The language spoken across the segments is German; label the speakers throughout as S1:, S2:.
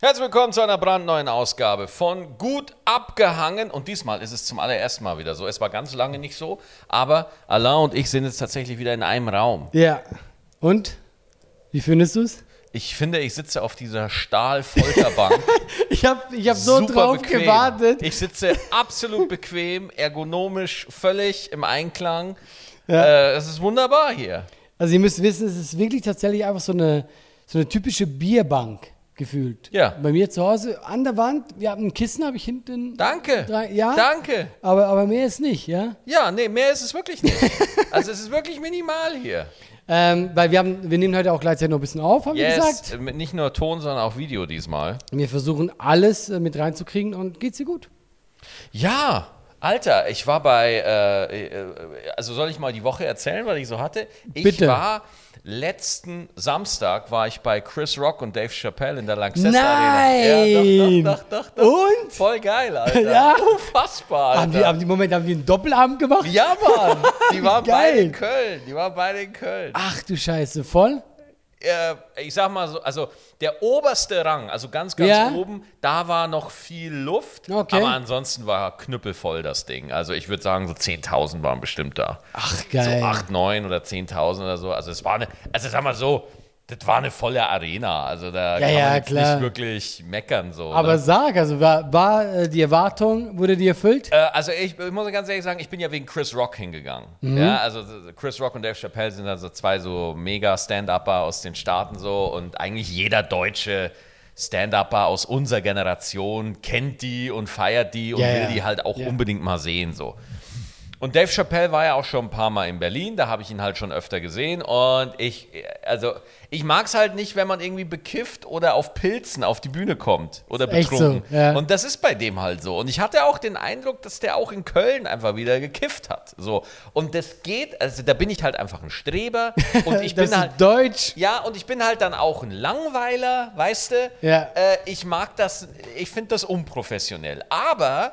S1: Herzlich willkommen zu einer brandneuen Ausgabe von Gut abgehangen. Und diesmal ist es zum allerersten Mal wieder so. Es war ganz lange nicht so, aber Alain und ich sind jetzt tatsächlich wieder in einem Raum.
S2: Ja. Und? Wie findest du es?
S1: Ich finde, ich sitze auf dieser Stahlfolterbank.
S2: Ich habe ich hab so
S1: Super
S2: drauf
S1: bequem.
S2: gewartet.
S1: Ich sitze absolut bequem, ergonomisch, völlig im Einklang. Äh, es ist wunderbar hier.
S2: also ihr müsst wissen, es ist wirklich tatsächlich einfach so eine, so eine typische Bierbank gefühlt.
S1: Ja.
S2: Bei mir zu Hause an der Wand, wir haben ein Kissen, habe ich hinten.
S1: Danke.
S2: Drei, ja.
S1: Danke.
S2: Aber, aber mehr ist nicht, ja.
S1: Ja, nee, mehr ist es wirklich nicht. Also es ist wirklich minimal hier.
S2: Ähm, weil wir haben, wir nehmen heute auch gleichzeitig noch ein bisschen auf, haben wir
S1: Yes,
S2: gesagt.
S1: äh, mit nicht nur Ton, sondern auch Video diesmal.
S2: Wir versuchen alles äh, mit reinzukriegen und geht's dir gut?
S1: Ja, Alter, ich war bei, äh, äh, also soll ich mal die Woche erzählen, was ich so hatte? Ich
S2: Bitte.
S1: war letzten Samstag war ich bei Chris Rock und Dave Chappelle in der Lanxess Arena.
S2: Nein!
S1: Ja, doch, doch, doch, doch.
S2: Und?
S1: Voll geil, Alter.
S2: Ja.
S1: Unfassbar,
S2: Haben die,
S1: Alter.
S2: haben die, Moment, haben die einen Doppelabend gemacht?
S1: ja, Mann. Die waren
S2: Geil.
S1: beide in Köln. Die waren beide in Köln.
S2: Ach du Scheiße, voll?
S1: äh, ich sag mal so, also der oberste Rang, also ganz, ganz
S2: Ja.
S1: oben, da war noch viel Luft,
S2: Okay.
S1: aber ansonsten war knüppelvoll das Ding. Also ich würde sagen, so 10.000 waren bestimmt da.
S2: Ach
S1: So
S2: geil.
S1: 8, 9 oder 10.000 oder so. Also es war eine, also sag mal so, das war eine volle Arena. Also da
S2: Ja,
S1: kann
S2: ja,
S1: man jetzt
S2: klar.
S1: nicht wirklich meckern so.
S2: Aber
S1: ne?
S2: sag, also war, war äh, die Erwartung, wurde die erfüllt?
S1: Äh, Also ich, ich muss ganz ehrlich sagen, ich bin ja wegen Chris Rock hingegangen.
S2: Mhm.
S1: Ja, also Chris Rock und Dave Chappelle sind also zwei so mega Stand-Upper aus den Staaten so und eigentlich jeder deutsche Stand-Upper aus unserer Generation kennt die und feiert die und
S2: Ja,
S1: will
S2: ja.
S1: die halt auch
S2: Ja.
S1: unbedingt mal sehen so. Und Dave Chappelle war ja auch schon ein paar Mal in Berlin, da habe ich ihn halt schon öfter gesehen. Und ich, also, ich mag es halt nicht, wenn man irgendwie bekifft oder auf Pilzen auf die Bühne kommt oder
S2: Ist echt
S1: betrunken.
S2: so, ja.
S1: Und das ist bei dem halt so. Und ich hatte auch den Eindruck, dass der auch in Köln einfach wieder gekifft hat. So. Und das geht, also da bin ich halt einfach ein Streber. Und ich
S2: das
S1: bin
S2: ist
S1: halt.
S2: deutsch.
S1: Ja, und ich bin halt dann auch ein Langweiler, weißt du?
S2: Ja.
S1: Äh, ich mag das, ich finde das unprofessionell. Aber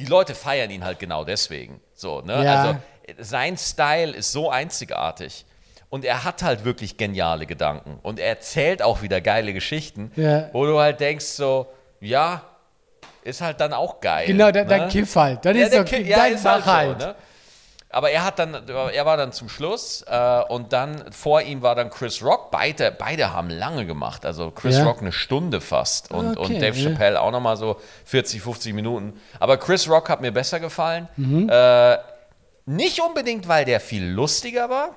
S1: die Leute feiern ihn halt genau deswegen. So, ne?
S2: Ja.
S1: Also sein Style ist so einzigartig. Und er hat halt wirklich geniale Gedanken. Und er erzählt auch wieder geile Geschichten,
S2: Ja.
S1: wo du halt denkst so, ja, ist halt dann auch geil.
S2: Genau, da, dann
S1: ne?
S2: kiff halt. Dann
S1: Ja,
S2: ist
S1: der
S2: doch,
S1: Ki- ja,
S2: dann
S1: ist
S2: mach
S1: halt
S2: halt.
S1: so, ne? Aber er hat dann, er war dann zum Schluss äh, und dann vor ihm war dann Chris Rock. Beide, beide haben lange gemacht. Also Chris
S2: Ja. Ah,
S1: Rock eine Stunde fast und,
S2: Okay,
S1: und Dave
S2: ja.
S1: Chappelle auch nochmal so 40, 50 Minuten. Aber Chris Rock hat mir besser gefallen.
S2: Mhm.
S1: Äh, nicht unbedingt, weil der viel lustiger war.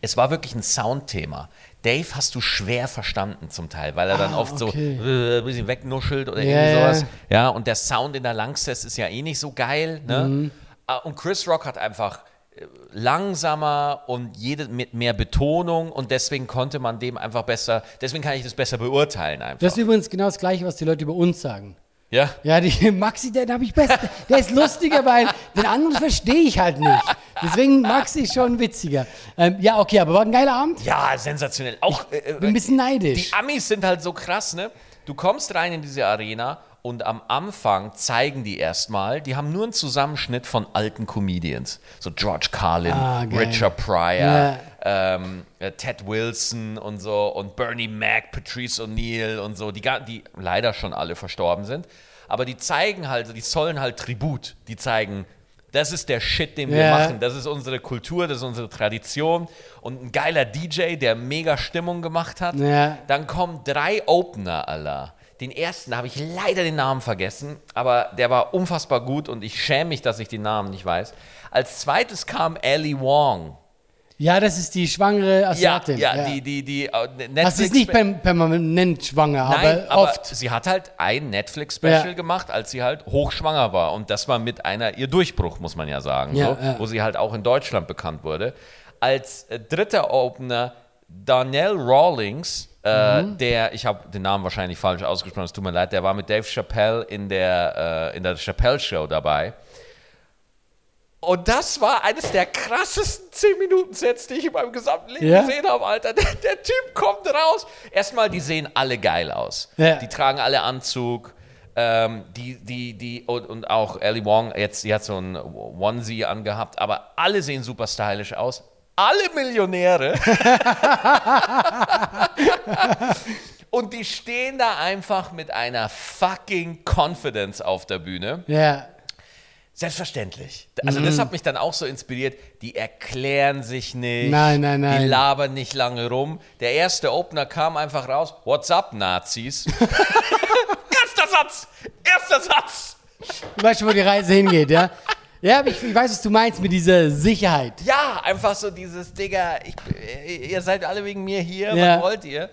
S1: Es war wirklich ein Soundthema. Dave hast du schwer verstanden zum Teil, weil er dann
S2: Ah,
S1: oft
S2: okay.
S1: so äh, ein bisschen wegnuschelt oder
S2: Ja,
S1: irgendwie
S2: ja.
S1: sowas. Ja, und der Sound in der Lanxess ist ja eh nicht so geil. Ne?
S2: Mhm.
S1: Ah, Und Chris Rock hat einfach äh, langsamer und jede mit mehr Betonung und deswegen konnte man dem einfach besser, deswegen kann ich das besser beurteilen einfach.
S2: Das ist übrigens genau das Gleiche, was die Leute über uns sagen.
S1: ja.
S2: Ja, die Maxi, den habe ich besser. Der ist lustiger, weil den anderen verstehe ich halt nicht. Deswegen Maxi ist schon witziger. Ähm, ja, okay, aber war ein geiler Abend.
S1: Ja, sensationell. Auch äh,
S2: Bin ein bisschen neidisch.
S1: Die Amis sind halt so krass, ne? Du kommst rein in diese Arena und am Anfang zeigen die erstmal, die haben nur einen Zusammenschnitt von alten Comedians. So George Carlin,
S2: Ah, geil.
S1: Richard Pryor, ähm, äh, Ted Wilson und so und Bernie Mac, Patrice O'Neill und so, die, ga- die leider schon alle verstorben sind. Aber die zeigen halt, die zollen halt Tribut. Die zeigen, das ist der Shit, den wir
S2: Ja.
S1: machen. Das ist unsere Kultur, das ist unsere Tradition. Und ein geiler DJ, der mega Stimmung gemacht hat.
S2: Ja.
S1: Dann kommen drei Opener aller. Den ersten habe ich leider den Namen vergessen, aber der war unfassbar gut und ich schäme mich, dass ich den Namen nicht weiß. Als zweites kam Ali Wong.
S2: Ja, das ist die schwangere
S1: Ja,
S2: Asiatin.
S1: ja, die, die, die äh, Netflix.
S2: das ist nicht perm- permanent schwanger,
S1: Nein,
S2: aber,
S1: aber
S2: oft.
S1: sie hat halt ein Netflix-Special
S2: Ja.
S1: gemacht, als sie halt hochschwanger war. Und das war mit einer ihr Durchbruch, muss man ja sagen,
S2: Ja,
S1: so,
S2: ja.
S1: wo sie halt auch in Deutschland bekannt wurde. Als äh, dritter Opener Danielle Rawlings, äh,
S2: Mhm.
S1: der, ich habe den Namen wahrscheinlich falsch ausgesprochen, es tut mir leid, der war mit Dave Chappelle in der, äh, in der Chappelle-Show dabei. Und das war eines der krassesten 10-Minuten-Sets, die ich in meinem gesamten Leben
S2: Ja?
S1: gesehen habe, Alter. Der, der Typ kommt raus. Erstmal, die sehen alle geil aus.
S2: Ja.
S1: Die tragen alle Anzug. Ähm, die, die, die, und, und auch Ellie Wong, jetzt, die hat so ein Onesie angehabt, aber alle sehen super stylisch aus. Alle Millionäre. Und die stehen da einfach mit einer fucking Confidence auf der Bühne.
S2: Ja.
S1: Selbstverständlich. Also
S2: Mhm.
S1: das hat mich dann auch so inspiriert. Die erklären sich nicht.
S2: Nein, nein,
S1: Die
S2: nein.
S1: labern nicht lange rum. Der erste Opener kam einfach raus. What's up, Nazis? Erster Satz! Erster Satz!
S2: Du weißt schon, wo die Reise hingeht, ja? Ja, aber ich, ich weiß, was du meinst mit dieser Sicherheit.
S1: Ja, einfach so dieses, Digga, ich, äh, ihr seid alle wegen mir hier,
S2: Ja.
S1: was wollt ihr?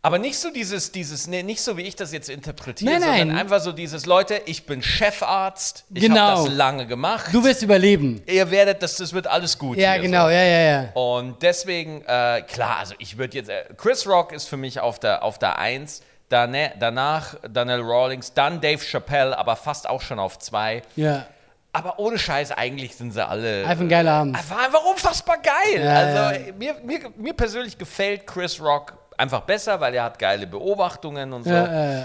S1: Aber nicht so dieses, dieses, nee, nicht so wie ich das jetzt interpretiere,
S2: Nein,
S1: sondern
S2: nein.
S1: einfach so dieses, Leute, ich bin Chefarzt, ich
S2: Genau.
S1: habe das lange gemacht.
S2: Du wirst überleben.
S1: ihr werdet, das, das wird alles gut.
S2: Ja,
S1: hier,
S2: genau,
S1: So.
S2: ja, ja, ja.
S1: Und deswegen, äh, klar, also ich würde jetzt, äh, Chris Rock ist für mich auf der, auf der Eins, dane, danach Daniel Rawlings, dann Dave Chappelle, aber fast auch schon auf zwei.
S2: Ja.
S1: Aber ohne Scheiß, eigentlich sind sie alle.
S2: Einfach ein geiler Abend.
S1: War einfach unfassbar geil.
S2: Ja,
S1: also Mir, mir, mir persönlich gefällt Chris Rock einfach besser, weil er hat geile Beobachtungen und so.
S2: Ja, äh,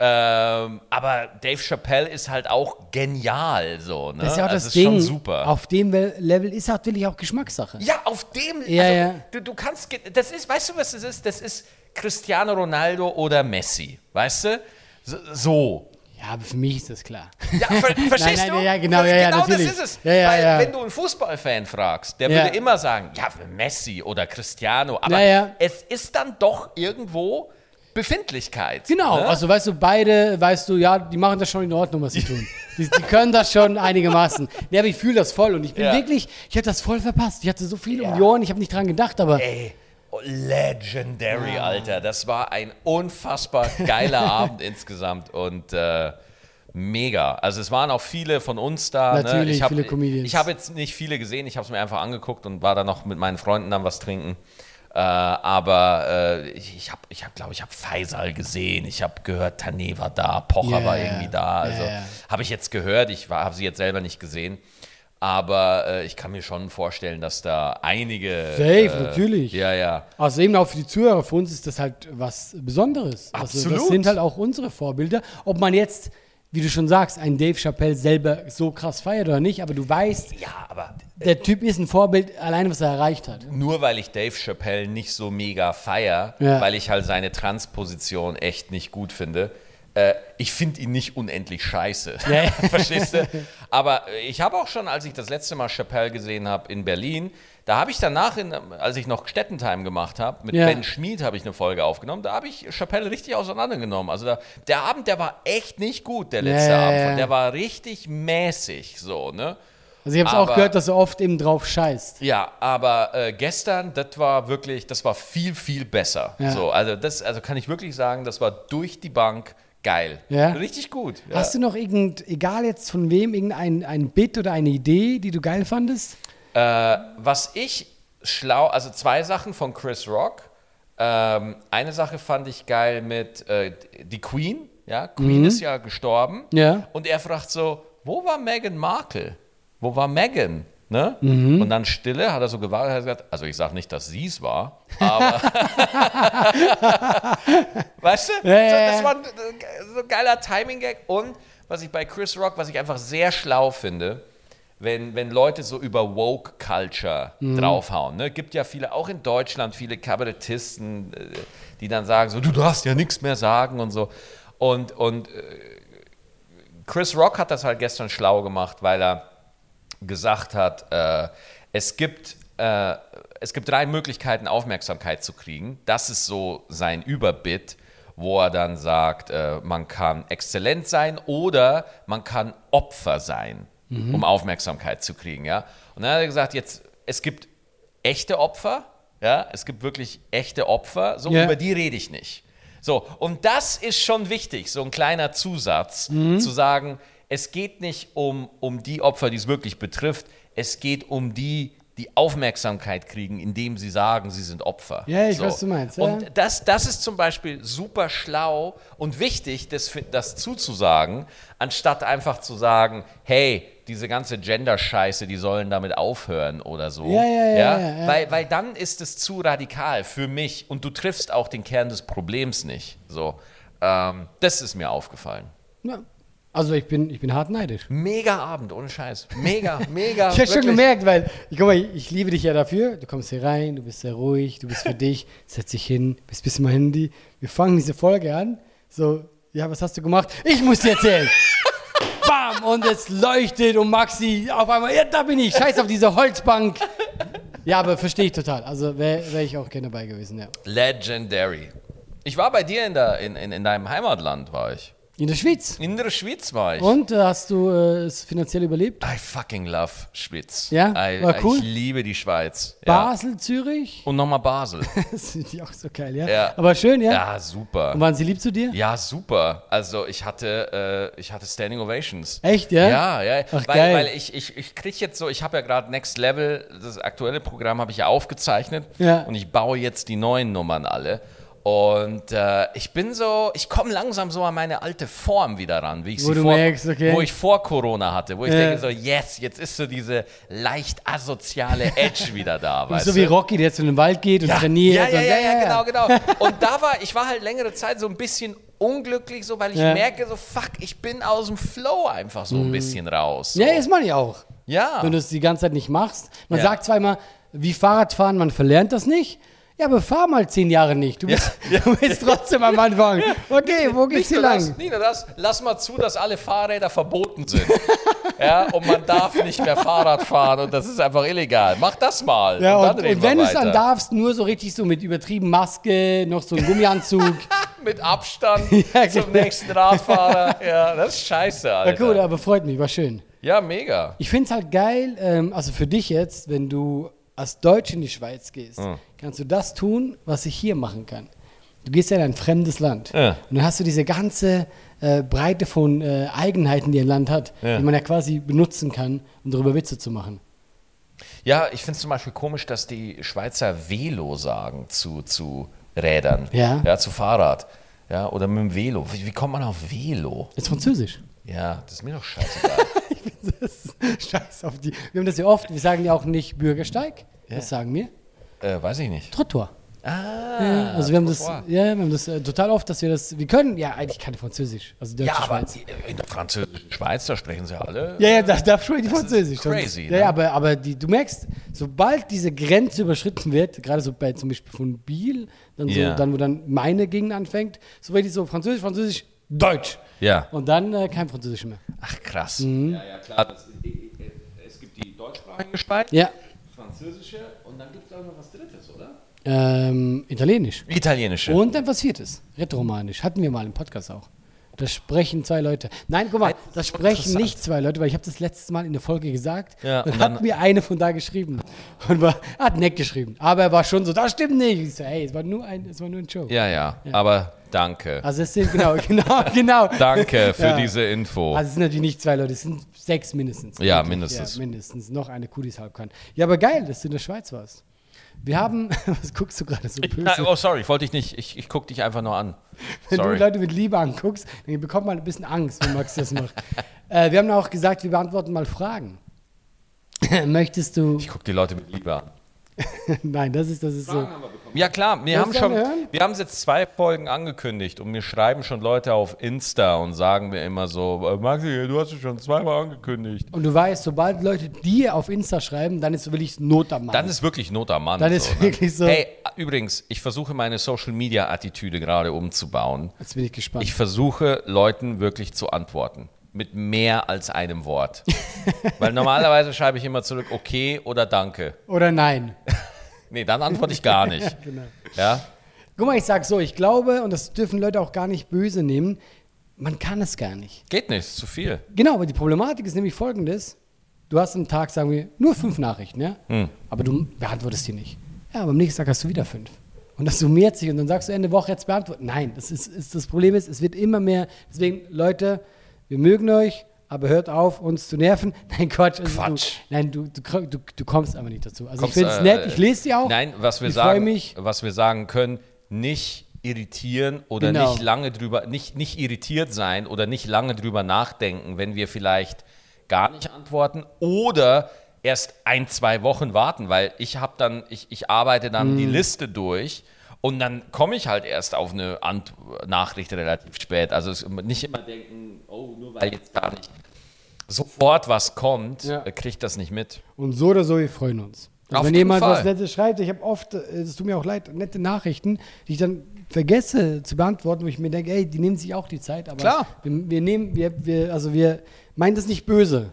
S1: Ähm, aber Dave Chappelle ist halt auch genial so. Ne?
S2: das ist ja auch
S1: also
S2: das
S1: ist
S2: Ding.
S1: schon super.
S2: Auf dem Le- Level ist natürlich auch Geschmackssache.
S1: ja, auf dem.
S2: Ja,
S1: also,
S2: ja.
S1: Du, du kannst. ge- Das ist, weißt du, was das ist? Das ist Cristiano Ronaldo oder Messi. Weißt du? So. so.
S2: Ja, aber für mich ist das klar.
S1: Ja, ver verstehst
S2: nein,
S1: du?
S2: ja, genau, ja, ja,
S1: genau das
S2: natürlich.
S1: ist es.
S2: Ja, ja,
S1: Weil
S2: ja.
S1: wenn du einen Fußballfan fragst, der
S2: Ja.
S1: würde immer sagen, ja, Messi oder Cristiano, aber
S2: Ja, ja.
S1: es ist dann doch irgendwo Befindlichkeit.
S2: Genau,
S1: ne?
S2: also weißt du, beide, weißt du, ja, die machen das schon in Ordnung, was sie tun. Die, die können das schon einigermaßen. Nee, aber ich fühle das voll und ich bin
S1: Ja.
S2: wirklich, ich habe das voll verpasst. Ich hatte so viel um die
S1: Ja.
S2: Ohren, ich habe nicht dran gedacht, aber
S1: Ey, oh, legendary, Alter. Das war ein unfassbar geiler Abend insgesamt und äh, mega. Also es waren auch viele von uns da. ne?
S2: Natürlich,
S1: ich hab,
S2: viele Comedians.
S1: Ich habe jetzt nicht viele gesehen, ich habe es mir einfach angeguckt und war dann noch mit meinen Freunden dann was trinken. Äh, aber äh, ich ich habe, ich hab, glaube ich, habe Faisal gesehen, ich habe gehört, Tane war da, Pocher
S2: Ja,
S1: war
S2: ja.
S1: irgendwie da. Also
S2: Ja, ja.
S1: habe ich jetzt gehört, ich habe sie jetzt selber nicht gesehen. Aber äh, ich kann mir schon vorstellen, dass da einige.
S2: Safe,
S1: äh,
S2: natürlich.
S1: Ja, ja.
S2: Außerdem Also auch für die Zuhörer, für uns ist das halt was Besonderes. Also das
S1: Absolut.
S2: sind halt auch unsere Vorbilder. Ob man jetzt, wie du schon sagst, einen Dave Chappelle selber so krass feiert oder nicht, aber du weißt,
S1: Ja, aber
S2: der Typ ist ein Vorbild, alleine was er erreicht hat.
S1: nur weil ich Dave Chappelle nicht so mega feier,
S2: Ja.
S1: weil ich halt seine Transposition echt nicht gut finde. Äh, ich finde ihn nicht unendlich scheiße.
S2: Ja, ja.
S1: Verstehst du? Aber äh, ich habe auch schon, als ich das letzte Mal Chappelle gesehen habe in Berlin, da habe ich danach, in, als ich noch Stettentime gemacht habe, mit
S2: Ja.
S1: Ben Schmid habe ich eine Folge aufgenommen, da habe ich Chappelle richtig auseinandergenommen. Also da, der Abend, der war echt nicht gut, der letzte
S2: Ja, ja,
S1: Abend.
S2: ja.
S1: Der war richtig mäßig, so, ne?
S2: Also ich habe es auch
S1: Aber-
S2: gehört, dass er oft eben drauf scheißt.
S1: Ja, aber äh, gestern, das war wirklich, das war viel, viel besser.
S2: Ja.
S1: So, also das, also kann ich wirklich sagen, das war durch die Bank geil.
S2: Ja?
S1: Richtig gut. Ja.
S2: Hast du noch irgend, egal jetzt von wem, irgendein ein Bit oder eine Idee, die du geil fandest?
S1: Äh, was ich schlau, also zwei Sachen von Chris Rock. Ähm, eine Sache fand ich geil mit äh, die Queen. Ja, Queen ist ja gestorben.
S2: Mhm. Ja.
S1: Und er fragt so, wo war Meghan Markle? Wo war Meghan? Ne?
S2: Mhm.
S1: Und dann Stille hat er so gewartet, hat gesagt, also ich sage nicht, dass sie es war, aber weißt du,
S2: Ja, ja,
S1: so, das
S2: ja.
S1: war ein, so ein geiler Timing-Gag und was ich bei Chris Rock, was ich einfach sehr schlau finde, wenn, wenn Leute so über Woke Culture
S2: Mhm.
S1: draufhauen. Ne? Gibt ja viele, auch in Deutschland, viele Kabarettisten, äh, die dann sagen so, du darfst ja nichts mehr sagen und so. Und, und äh, Chris Rock hat das halt gestern schlau gemacht, weil er gesagt hat, äh, es gibt äh, es gibt drei Möglichkeiten Aufmerksamkeit zu kriegen. Das ist so sein Überbit, wo er dann sagt, äh, man kann exzellent sein oder man kann Opfer sein, um Aufmerksamkeit zu kriegen, ja. Und dann hat er gesagt, jetzt es gibt echte Opfer, ja, es gibt wirklich echte Opfer, so
S2: Ja.
S1: über die rede ich nicht. So, und das ist schon wichtig, so ein kleiner Zusatz,
S2: Mhm.
S1: zu sagen, es geht nicht um, um die Opfer, die es wirklich betrifft, es geht um die, die Aufmerksamkeit kriegen, indem sie sagen, sie sind Opfer.
S2: Ja, ich
S1: so.
S2: weiß, was du meinst, ja.
S1: Und das, das ist zum Beispiel super schlau und wichtig, das, fi- das zuzusagen, anstatt einfach zu sagen, hey, diese ganze Gender-Scheiße, die sollen damit aufhören oder so.
S2: Ja, ja, ja, ja, ja.
S1: Weil, weil dann ist es zu radikal für mich und du triffst auch den Kern des Problems nicht. So, ähm, das ist mir aufgefallen.
S2: Ja. Also ich bin, ich bin hart neidisch.
S1: Mega Abend, ohne Scheiß. Mega, mega.
S2: Ich habe schon
S1: wirklich.
S2: gemerkt, weil, guck mal, ich liebe dich ja dafür. Du kommst hier rein, du bist sehr ruhig, du bist für dich, setz dich hin, bist bis zum Handy. Wir fangen diese Folge an. So, ja, was hast du gemacht? Ich muss dir erzählen. Bam! Und es leuchtet und Maxi auf einmal, ja, da bin ich, scheiß auf diese Holzbank. Ja, aber verstehe ich total. Also wäre wär ich auch gerne dabei gewesen, ja.
S1: Legendary. Ich war bei dir in, der, in, in, in deinem Heimatland, war ich.
S2: In der Schweiz.
S1: In der Schweiz war ich.
S2: Und äh, hast du äh, es finanziell überlebt?
S1: I fucking love Schweiz.
S2: Ja?
S1: I,
S2: War cool?
S1: Ich liebe die Schweiz. Ja.
S2: Basel, Zürich?
S1: Und nochmal Basel.
S2: Das sind die auch so geil, ja?
S1: Ja.
S2: Aber schön, ja?
S1: ja, super.
S2: Und waren sie lieb zu dir?
S1: Ja, super. Also ich hatte, äh, ich hatte Standing Ovations.
S2: Echt, ja?
S1: Ja, ja.
S2: Ach,
S1: weil,
S2: geil.
S1: weil ich, ich, ich kriege jetzt so, ich habe ja gerade Next Level, das aktuelle Programm habe ich ja aufgezeichnet
S2: Ja.
S1: und ich baue jetzt die neuen Nummern alle. Und äh, ich bin so, ich komme langsam so an meine alte Form wieder ran, wie ich
S2: Wo
S1: sie
S2: du
S1: vor,
S2: merkst, okay.
S1: wo ich vor Corona hatte, wo ich
S2: Ja.
S1: denke so, yes, jetzt ist so diese leicht asoziale Edge wieder da, weißt
S2: So
S1: du?
S2: wie Rocky, der jetzt in den Wald geht und trainiert.
S1: Ja, ja,
S2: und,
S1: ja, ja, genau, genau. Und da war, ich war halt längere Zeit so ein bisschen unglücklich, so weil ich
S2: Ja. Mhm.
S1: merke, so fuck, ich bin aus dem Flow einfach so ein bisschen raus. So.
S2: Ja, das meine ich auch.
S1: Ja.
S2: Wenn du es die ganze Zeit nicht machst. Man
S1: Ja.
S2: sagt zwar immer, wie Fahrradfahren, man verlernt das nicht. Ja, aber fahr mal zehn Jahre nicht. Du bist, Du bist trotzdem am Anfang. Okay, wo
S1: Nicht
S2: geht's hier
S1: nur,
S2: lang?
S1: das, nicht nur das, lass mal zu, dass alle Fahrräder verboten sind. ja, und man darf nicht mehr Fahrrad fahren und das ist einfach illegal. Mach das mal.
S2: Ja,
S1: und,
S2: und,
S1: dann
S2: und,
S1: reden wir
S2: wenn es dann
S1: weiter.
S2: darfst, nur so richtig so mit übertrieben Maske, noch so ein Gummianzug.
S1: Mit Abstand
S2: Ja,
S1: zum
S2: genau.
S1: nächsten Radfahrer. Ja, das ist scheiße,
S2: ja,
S1: Alter.
S2: cool, aber freut mich, war schön.
S1: ja, mega.
S2: Ich finde es halt geil, ähm, also für dich jetzt, wenn du als Deutsch in die Schweiz gehst,
S1: Ah.
S2: kannst du das tun, was ich hier machen kann. Du gehst ja in ein fremdes Land.
S1: Ja.
S2: Und dann hast du diese ganze äh, Breite von äh, Eigenheiten, die ein Land hat,
S1: Ja.
S2: die man ja quasi benutzen kann, um darüber Witze zu machen.
S1: Ja, ich finde es zum Beispiel komisch, dass die Schweizer Velo sagen zu, zu Rädern.
S2: Ja.
S1: Ja, zu Fahrrad. Ja, oder mit dem Velo. Wie, wie kommt man auf Velo?
S2: Das ist Französisch.
S1: Ja, das ist mir doch scheißegal.
S2: Das ist Scheiß auf die. Wir haben das ja oft, wir sagen ja auch nicht Bürgersteig.
S1: Ja.
S2: Das sagen wir.
S1: äh, weiß ich nicht.
S2: Trottoir.
S1: Ah,
S2: Ja, also wir haben das, ja,
S1: Trottoir.
S2: wir haben das äh, total oft, dass wir das, wir können ja eigentlich kein Französisch, also deutsche
S1: Ja, aber
S2: Schweiz.
S1: in der französischen Schweiz, da sprechen sie alle.
S2: Ja, ja, da, da sprechen die Französisch.
S1: crazy,
S2: ja,
S1: ne?
S2: ja, aber, aber die, du merkst, sobald diese Grenze überschritten wird, gerade so bei zum Beispiel von Biel, dann, so,
S1: Ja.
S2: dann wo dann meine Gegend anfängt, so wird die so Französisch, Französisch, Deutsch. Mhm.
S1: Ja.
S2: Und dann äh, kein Französisch mehr.
S1: Ach, krass.
S3: Ja, ja, klar. Das, es gibt die deutschsprachige Schweiz,
S2: Ja.
S3: französische und dann gibt es auch noch was Drittes, oder?
S2: Ähm, Italienisch.
S1: Italienische.
S2: Und dann was Viertes. Rätoromanisch. Hatten wir mal im Podcast auch. Das sprechen zwei Leute. Nein, guck mal, das sprechen
S1: interessant.
S2: nicht zwei Leute, weil ich habe das letztes Mal in der Folge gesagt.
S1: Ja,
S2: und
S1: und
S2: hat
S1: dann-
S2: mir eine von da geschrieben. Und war, hat nett geschrieben. Aber er war schon so, das stimmt nicht. Ich so, hey, es war nur ein, es war nur ein Joke.
S1: Ja, ja, aber danke.
S2: Also es sind, genau, genau, genau.
S1: Danke für
S2: Ja.
S1: diese Info.
S2: Also es sind natürlich nicht zwei Leute, es sind sechs mindestens.
S1: Ja,
S2: Wirklich,
S1: mindestens.
S2: Ja, mindestens. Noch eine Kuh, die es halb kann. Ja, aber geil, dass du in der Schweiz warst. Wir haben, was guckst du gerade so böse?
S1: Nein, oh, sorry, ich wollte dich nicht. Ich, ich gucke dich einfach nur an.
S2: Wenn
S1: Sorry.
S2: du Leute mit Liebe anguckst, dann bekommt man ein bisschen Angst, wenn Max das macht. äh, wir haben auch gesagt, wir beantworten mal Fragen. Möchtest du.
S1: ich gucke die Leute mit Liebe an.
S2: Nein, das ist, das ist so.
S1: Ja klar, wir
S2: Willst
S1: haben
S2: du
S1: schon,
S2: eine hören?
S1: wir haben jetzt zwei Folgen angekündigt und mir schreiben schon Leute auf Insta und sagen mir immer so, äh, Maxi, du hast es schon zweimal angekündigt.
S2: Und du weißt, sobald Leute dir auf Insta schreiben, dann ist wirklich Not am Mann.
S1: Dann ist wirklich Not am Mann. ne?
S2: Dann ist wirklich so.
S1: Hey, übrigens, ich versuche meine Social Media Attitüde gerade umzubauen.
S2: Jetzt bin ich gespannt.
S1: Ich versuche Leuten wirklich zu antworten. Mit mehr als einem Wort. Weil normalerweise schreibe ich immer zurück, okay oder danke.
S2: Oder nein.
S1: Nee, dann antworte ich gar nicht.
S2: Genau.
S1: Ja?
S2: Guck mal, ich sag so, ich glaube, und das dürfen Leute auch gar nicht böse nehmen, man kann es gar nicht.
S1: Geht nicht, ist zu viel.
S2: Genau, aber die Problematik ist nämlich folgendes. Du hast am Tag, sagen wir, nur fünf Nachrichten, ja?
S1: Hm.
S2: Aber du beantwortest die nicht. Ja, aber am nächsten Tag hast du wieder fünf. Und das summiert sich und dann sagst du Ende Woche jetzt beantworten. Nein, das, ist, ist, das Problem ist, es wird immer mehr. Deswegen, Leute, wir mögen euch, aber hört auf, uns zu nerven. Nein, Quatsch. also
S1: Quatsch.
S2: Du, nein, du, du, kr- du, du kommst aber nicht dazu. Also
S1: Kommst,
S2: ich finde es
S1: äh,
S2: nett, ich lese die auch.
S1: Nein, was wir
S2: ich freue
S1: sagen,
S2: mich.
S1: was wir sagen können, nicht irritieren oder
S2: Genau.
S1: nicht lange drüber, nicht, nicht irritiert sein oder nicht lange drüber nachdenken, wenn wir vielleicht gar nicht antworten oder erst ein, zwei Wochen warten, weil ich habe dann, ich, ich arbeite dann
S2: Hm.
S1: die Liste durch und dann komme ich halt erst auf eine Ant Nachricht relativ spät. Also es, nicht immer denken, oh, nur
S3: nur weil jetzt gar nicht sofort was kommt,
S2: Ja.
S3: äh, kriegt das nicht mit.
S2: Und so oder so, wir freuen uns. Und
S3: Auf
S2: wenn
S3: jeden
S2: jemand
S3: Fall.
S2: was Nettes schreibt, ich habe oft, äh, es tut mir auch leid, nette Nachrichten, die ich dann vergesse zu beantworten, wo ich mir denke, ey, die nehmen sich auch die Zeit, aber
S3: Klar.
S2: Wir, wir nehmen, wir, wir, also wir meinen das nicht böse.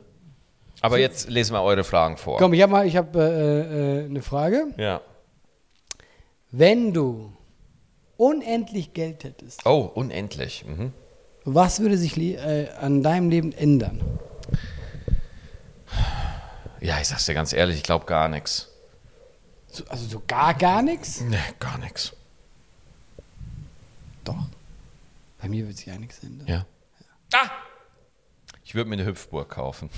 S3: Aber jetzt lesen wir eure Fragen vor.
S2: Komm, ich habe mal, ich habe äh, äh, eine Frage.
S3: Ja.
S2: Wenn du unendlich Geld hättest,
S3: Oh, unendlich. Mhm.
S2: was würde sich li- äh, an deinem Leben ändern?
S3: Ja, ich sag's dir ganz ehrlich, ich glaube gar nichts.
S2: So, also so gar, gar nichts?
S3: Nee, gar nichts.
S2: Doch. Bei mir wird sich ja nichts ändern.
S3: Ja. Ah! Ich würde mir eine Hüpfburg kaufen.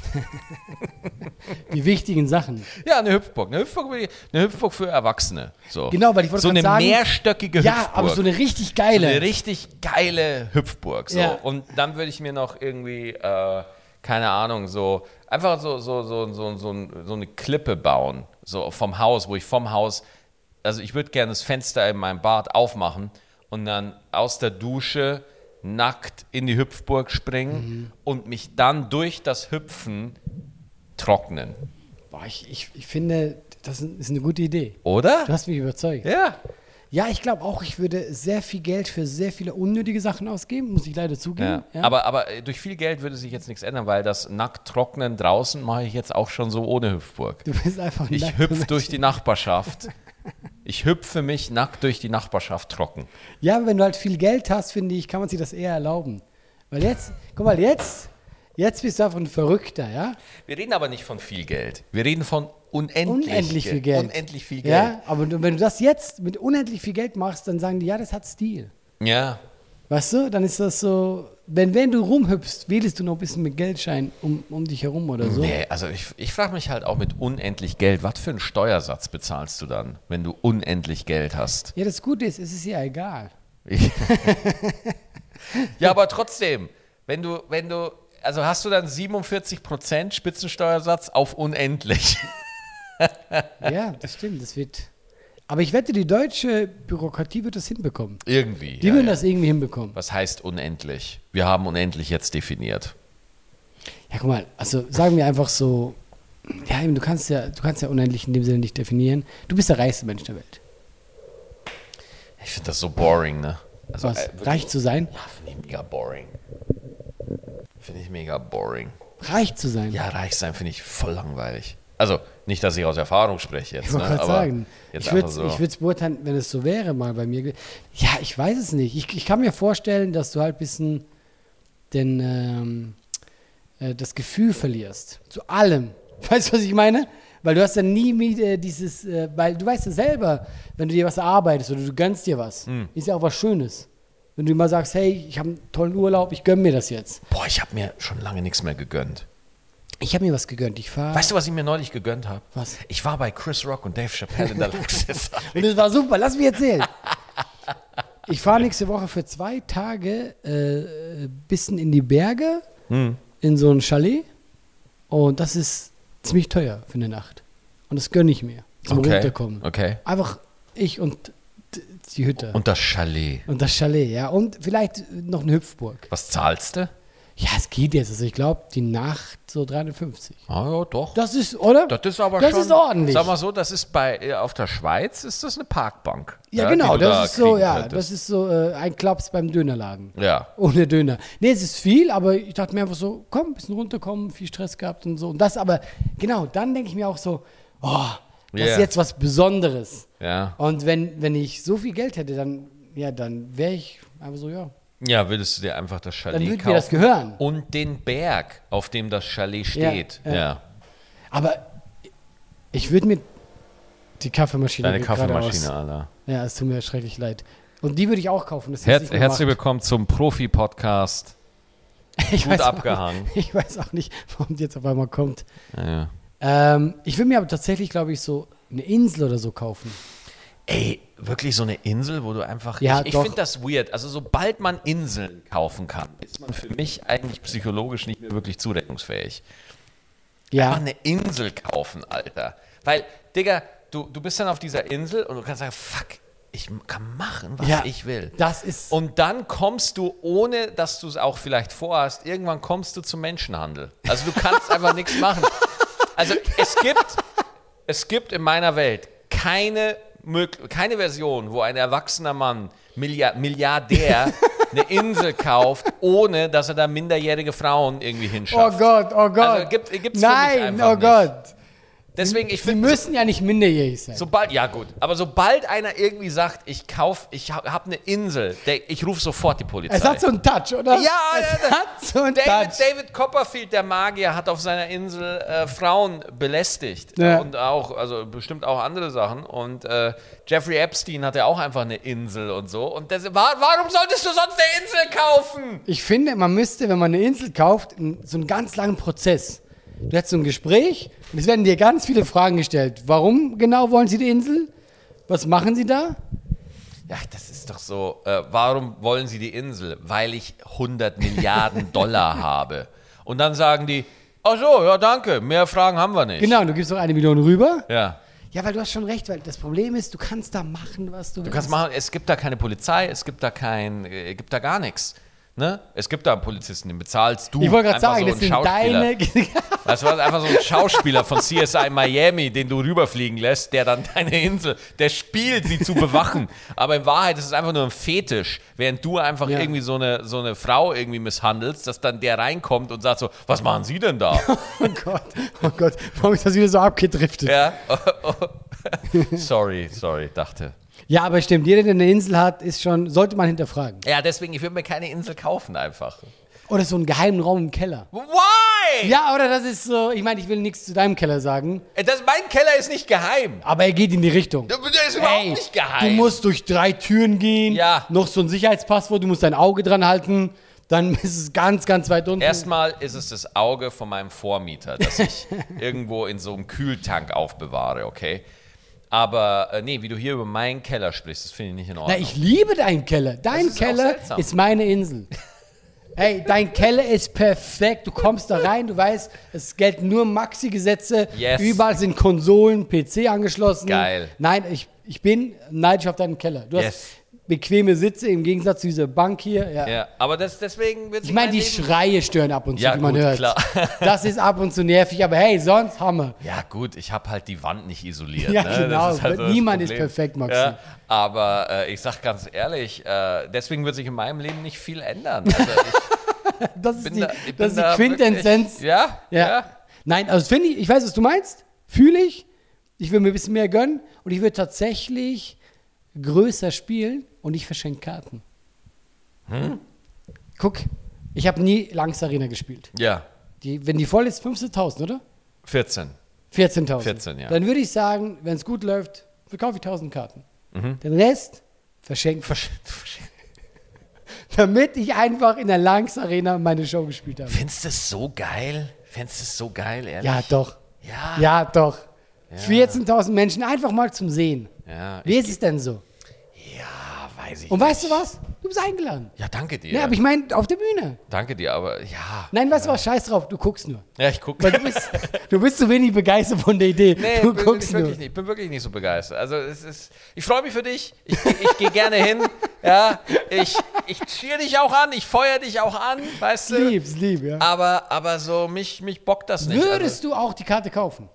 S2: Die wichtigen Sachen.
S3: Ja, eine Hüpfburg. Eine Hüpfburg, will ich- eine Hüpfburg für Erwachsene. So.
S2: Genau, weil ich wollte
S3: So
S2: grad
S3: eine
S2: sagen-
S3: mehrstöckige Hüpfburg.
S2: Ja, aber so eine richtig geile.
S3: Eine richtig geile Hüpfburg. So.
S2: Ja.
S3: Und dann würde ich mir noch irgendwie, äh, keine Ahnung, so einfach so, so, so, so, so, ein- so eine Klippe bauen. So vom Haus, wo ich vom Haus, also ich würde gerne das Fenster in meinem Bad aufmachen und dann aus der Dusche nackt in die Hüpfburg
S2: Mhm.
S3: springen und mich dann durch das Hüpfen trocknen.
S2: Boah, ich, ich, ich finde, das ist eine gute Idee.
S3: Oder?
S2: Du hast mich überzeugt.
S3: ja.
S2: Ja, ich glaube auch, ich würde sehr viel Geld für sehr viele unnötige Sachen ausgeben, muss ich leider zugeben.
S3: Ja. Aber, aber äh, durch viel Geld würde sich jetzt nichts ändern, weil das nackt trocknen draußen mache ich jetzt auch schon so ohne Hüpfburg.
S2: du bist einfach ein
S3: Ich
S2: nackter
S3: hüpfe
S2: Mensch.
S3: durch die Nachbarschaft. Ich hüpfe mich nackt durch die Nachbarschaft trocken.
S2: Ja, aber wenn du halt viel Geld hast, finde ich, kann man sich das eher erlauben. Weil jetzt, guck mal, jetzt, jetzt bist du einfach ein Verrückter, ja?
S3: Wir reden aber nicht von viel Geld. Wir reden von unendlich,
S2: Unendlich viel Geld.
S3: Unendlich viel
S2: Ja,
S3: Geld.
S2: aber du- wenn du das jetzt mit unendlich viel Geld machst, dann sagen die, ja, das hat Stil.
S3: Ja.
S2: Weißt du, dann ist das so, wenn, wenn du rumhüpfst, wählst du noch ein bisschen mit Geldschein um, um dich herum oder so.
S3: Nee, also ich, ich frage mich halt auch mit unendlich Geld, was für einen Steuersatz bezahlst du dann, wenn du unendlich Geld hast?
S2: Ja, das Gute ist, es ist ja egal.
S3: Ich- ja, aber trotzdem, wenn du, wenn du, also hast du dann 47% Spitzensteuersatz auf unendlich.
S2: Ja, das stimmt, das wird. Aber ich wette, die deutsche Bürokratie wird das hinbekommen.
S3: Irgendwie.
S2: Die ne-
S3: ja,
S2: werden
S3: ja.
S2: das irgendwie hinbekommen.
S3: Was heißt unendlich? Wir haben unendlich jetzt definiert.
S2: Ja, guck mal, also sagen wir einfach so, ja, eben, du kannst ja, du kannst ja unendlich in dem Sinne nicht definieren. Du bist der reichste Mensch der Welt.
S3: Ich finde das so boring, ne? Also,
S2: Was?
S3: äh, wirklich-
S2: reich zu sein?
S3: Ja, finde ich mega boring. Finde ich mega boring.
S2: Reich zu sein.
S3: Ja, reich sein finde ich voll langweilig. Also, nicht, dass ich aus Erfahrung spreche jetzt,
S2: Ich
S3: ne?
S2: wollte gerade
S3: Aber
S2: sagen,
S3: jetzt
S2: ich
S3: einfach
S2: würde
S3: so.
S2: es beurteilen, wenn es so wäre, mal bei mir. ge- Ja, ich weiß es nicht. Ich, ich kann mir vorstellen, dass du halt ein bisschen den, ähm, äh, das Gefühl verlierst. Zu allem. Weißt du, was ich meine? Weil du hast dann nie mit, äh, dieses, äh, weil du weißt ja selber, wenn du dir was erarbeitest oder du gönnst dir was,
S3: Hm.
S2: ist ja auch was Schönes. Wenn du immer sagst, hey, ich habe einen tollen Urlaub, ich gönne mir das jetzt.
S3: Boah, ich habe mir schon lange nichts mehr gegönnt.
S2: Ich habe mir was gegönnt, ich fahre.
S3: Weißt du, was ich mir neulich gegönnt habe?
S2: Was?
S3: Ich war bei Chris Rock und Dave Chappelle in der Luxus.
S2: Und das war super, lass mich erzählen. Ich fahre nächste Woche für zwei Tage äh, ein bisschen in die Berge,
S3: Hm.
S2: in so ein Chalet. Und das ist ziemlich teuer für eine Nacht. Und das gönne ich mir zum Runterkommen.
S3: Okay.
S2: Einfach ich und d- die Hütte. Und,
S3: Und das Chalet.
S2: das Chalet, ja. Und vielleicht noch eine Hüpfburg.
S3: Was zahlst du?
S2: Ja, es geht jetzt. Also ich glaube, die Nacht so 350.
S3: Ah ja, doch.
S2: Das ist, oder?
S3: Das ist aber
S2: das
S3: schon.
S2: ist ordentlich.
S3: Sag mal so, das ist bei äh, auf der Schweiz ist das eine Parkbank.
S2: ja,
S3: die
S2: genau.
S3: du da
S2: Das ist so,
S3: kriegen
S2: ja.
S3: könntest.
S2: Das ist so äh, ein Klaps beim Dönerladen.
S3: ja.
S2: Ohne Döner. Nee, es ist viel, aber ich dachte mir einfach so, komm, ein bisschen runterkommen, viel Stress gehabt und so. Und das aber, genau, dann denke ich mir auch so, oh, das
S3: Yeah.
S2: ist jetzt was Besonderes.
S3: Ja.
S2: Und wenn, wenn ich so viel Geld hätte, dann, ja, dann wäre ich einfach so, ja.
S3: Ja, würdest du dir einfach das Chalet
S2: Dann würde
S3: kaufen
S2: mir das gehören.
S3: und den Berg, auf dem das Chalet steht. Ja.
S2: ja. Aber ich würde mir die Kaffeemaschine
S3: Deine
S2: geht gerade
S3: Kaffeemaschine,
S2: aus.
S3: Alter.
S2: Ja, es tut mir schrecklich leid. Und die würde ich auch kaufen. Das
S3: Herz,
S2: hätte ich nicht
S3: herzlich
S2: gemacht.
S3: willkommen zum Profi-Podcast.
S2: ich
S3: Gut
S2: weiß auch
S3: abgehangen.
S2: Nicht, ich weiß auch nicht, warum die jetzt auf einmal kommt.
S3: Ja, ja.
S2: Ähm, ich will mir aber tatsächlich, glaube ich, so eine Insel oder so kaufen.
S3: Ey, wirklich so eine Insel, wo du einfach.
S2: Ja,
S3: ich ich
S2: doch.
S3: finde das weird. Also, sobald man Inseln kaufen kann, ist man für mich eigentlich psychologisch nicht mehr wirklich zurechnungsfähig.
S2: Ja.
S3: Einfach eine Insel kaufen, Alter. Weil, Digga, du, du bist dann auf dieser Insel und du kannst sagen, fuck, ich kann machen, was
S2: Ja,
S3: ich will. Oh
S2: das ist-
S3: Und dann kommst du, ohne dass du es auch vielleicht vorhast, irgendwann kommst du zum Menschenhandel. Also du kannst einfach nichts machen. Also es gibt, es gibt in meiner Welt keine, Möglich- keine Version, wo ein erwachsener Mann, Milliard Milliardär, eine Insel kauft, ohne dass er da minderjährige Frauen irgendwie
S2: Oh
S3: hinschafft.
S2: Gott, oh Gott.
S3: Also gibt- gibt's für mich
S2: Nein,
S3: einfach
S2: oh
S3: nicht.
S2: Gott.
S3: Deswegen, ich
S2: Die
S3: finde,
S2: müssen ja nicht minderjährig sein.
S3: Sobald, ja gut, aber sobald einer irgendwie sagt, ich kauf, ich ha- hab eine Insel, der, ich rufe sofort die Polizei.
S2: es hat so einen Touch, oder?
S3: ja,
S2: es
S3: ja,
S2: hat so einen
S3: David,
S2: Touch.
S3: David Copperfield, der Magier, hat auf seiner Insel äh, Frauen belästigt
S2: Ja.
S3: und auch, also bestimmt auch andere Sachen. Und äh, Jeffrey Epstein hatte auch einfach eine Insel und so. Und das, wa- warum solltest du sonst eine Insel kaufen?
S2: Ich finde, man müsste, wenn man eine Insel kauft, n- so einen ganz langen Prozess. Du hast so ein Gespräch und es werden dir ganz viele Fragen gestellt. Warum genau wollen sie die Insel? Was machen sie da?
S3: Ja, das ist doch so. Äh, warum wollen Sie die Insel? Weil ich 100 Milliarden Dollar habe. Und dann sagen die, ach so, ja danke, mehr Fragen haben wir nicht.
S2: Genau, du gibst noch eine Million rüber.
S3: Ja.
S2: Ja, weil du hast schon recht, weil das Problem ist, du kannst da machen, was du willst.
S3: Du kannst machen, es gibt da keine Polizei, es gibt da kein, äh, gibt da gar nichts. Ne? Es gibt da einen Polizisten, den bezahlst du.
S2: Ich wollte gerade
S3: einfach
S2: sagen, das
S3: einen
S2: sind
S3: Schauspieler.
S2: deine.
S3: Weißt du was, einfach so ein Schauspieler von CSI Miami, den du rüberfliegen lässt, der dann deine Insel, der spielt, sie zu bewachen. Aber in Wahrheit ist es einfach nur ein Fetisch, während du einfach
S2: Ja.
S3: irgendwie so eine, so eine Frau irgendwie misshandelst, dass dann der reinkommt und sagt so, was machen Sie denn da?
S2: Oh Gott, oh Gott, warum ist das wieder so abgedriftet? Ja,
S3: ja. sorry, sorry, dachte.
S2: aber stimmt, jeder, der eine Insel hat, ist schon, sollte man hinterfragen.
S3: Ja, deswegen, ich würde mir keine Insel kaufen einfach.
S2: Oder so einen geheimen Raum im Keller.
S3: Why?
S2: Ja, oder das ist so, ich meine, ich will nichts zu deinem Keller sagen,
S3: Das, mein Keller ist nicht geheim.
S2: aber er geht in die Richtung.
S3: Der ist überhaupt nicht geheim.
S2: Du musst durch drei Türen gehen,
S3: Ja.
S2: noch so ein Sicherheitspasswort, du musst dein Auge dran halten, dann ist es ganz, ganz weit unten.
S3: Erstmal ist es das Auge von meinem Vormieter, das ich irgendwo in so einem Kühltank aufbewahre, okay? Aber äh, nee, wie du hier über meinen Keller sprichst, das finde ich nicht in
S2: Na,
S3: Ordnung.
S2: ich liebe deinen Keller. Dein
S3: ist auch
S2: Keller
S3: seltsam.
S2: ist meine Insel. Ey, dein Keller ist perfekt. Du kommst da rein, du weißt, es gelten nur Maxi-Gesetze.
S3: Yes.
S2: Überall sind Konsolen, PC angeschlossen.
S3: Geil.
S2: Nein, ich, ich bin neidisch auf deinen Keller. Du
S3: Yes.
S2: hast bequeme Sitze im Gegensatz zu dieser Bank hier. Ja.
S3: ja, aber das, deswegen wird
S2: Ich meine, die
S3: Leben...
S2: Schreie stören ab und zu,
S3: Ja,
S2: die man
S3: gut,
S2: hört.
S3: klar.
S2: Das ist ab und zu nervig, aber hey, sonst Hammer.
S3: Ja, gut, ich habe halt die Wand nicht isoliert.
S2: Ja,
S3: ne?
S2: genau.
S3: so
S2: Niemand ist
S3: Problem.
S2: perfekt, Maxi.
S3: Ja, aber äh, ich sag ganz ehrlich, äh, deswegen wird sich in meinem Leben nicht viel ändern. Also ich
S2: Das ist
S3: bin
S2: die,
S3: da, ich bin
S2: das ist die
S3: da
S2: Quintessenz.
S3: Wirklich, ja,
S2: Ja. Nein, also finde ich, ich weiß, was du meinst, fühle ich. Ich will mir ein bisschen mehr gönnen und ich will tatsächlich größer spielen und ich verschenke Karten. Guck, ich habe nie Langs Arena gespielt.
S3: ja.
S2: Die, wenn die voll ist, 15.000, oder?
S3: 14.
S2: 14.000.
S3: 14, ja.
S2: Dann würde ich sagen, wenn es gut läuft, verkaufe ich 1.000 Karten. Den Rest verschenke damit ich einfach in der Langs Arena meine Show gespielt habe.
S3: Findest du es so geil? Findest du es so geil, ehrlich?
S2: Ja, doch.
S3: Ja.
S2: Ja, doch. 14.000 Menschen einfach mal zum Sehen.
S3: Ja,
S2: Wie ist es denn so?
S3: ja Ah, weiß ich.
S2: Und weißt du was? Du bist eingeladen.
S3: ja, danke dir.
S2: Um- Ja, aber ich meine, auf der Bühne.
S3: danke dir, aber ja.
S2: Nein, weißt du was? Scheiß drauf, du guckst nur.
S3: Ja, ich gucke.
S2: Weil du bist, du bist zu wenig begeistert von der Idee. du
S3: Nee, bin, bin ich
S2: guckst nur.
S3: wirklich nicht, bin wirklich nicht so begeistert. Also es ist, ich freue mich für dich. Ich, ich gehe gerne hin. Ja, ich, ich cheer dich auch an. Ich feuer dich auch an, weißt du.
S2: Lieb's, lieb, ja.
S3: Aber, aber so mich, mich bockt das Äh. Ah, nicht. also,
S2: Würdest du auch die Karte kaufen?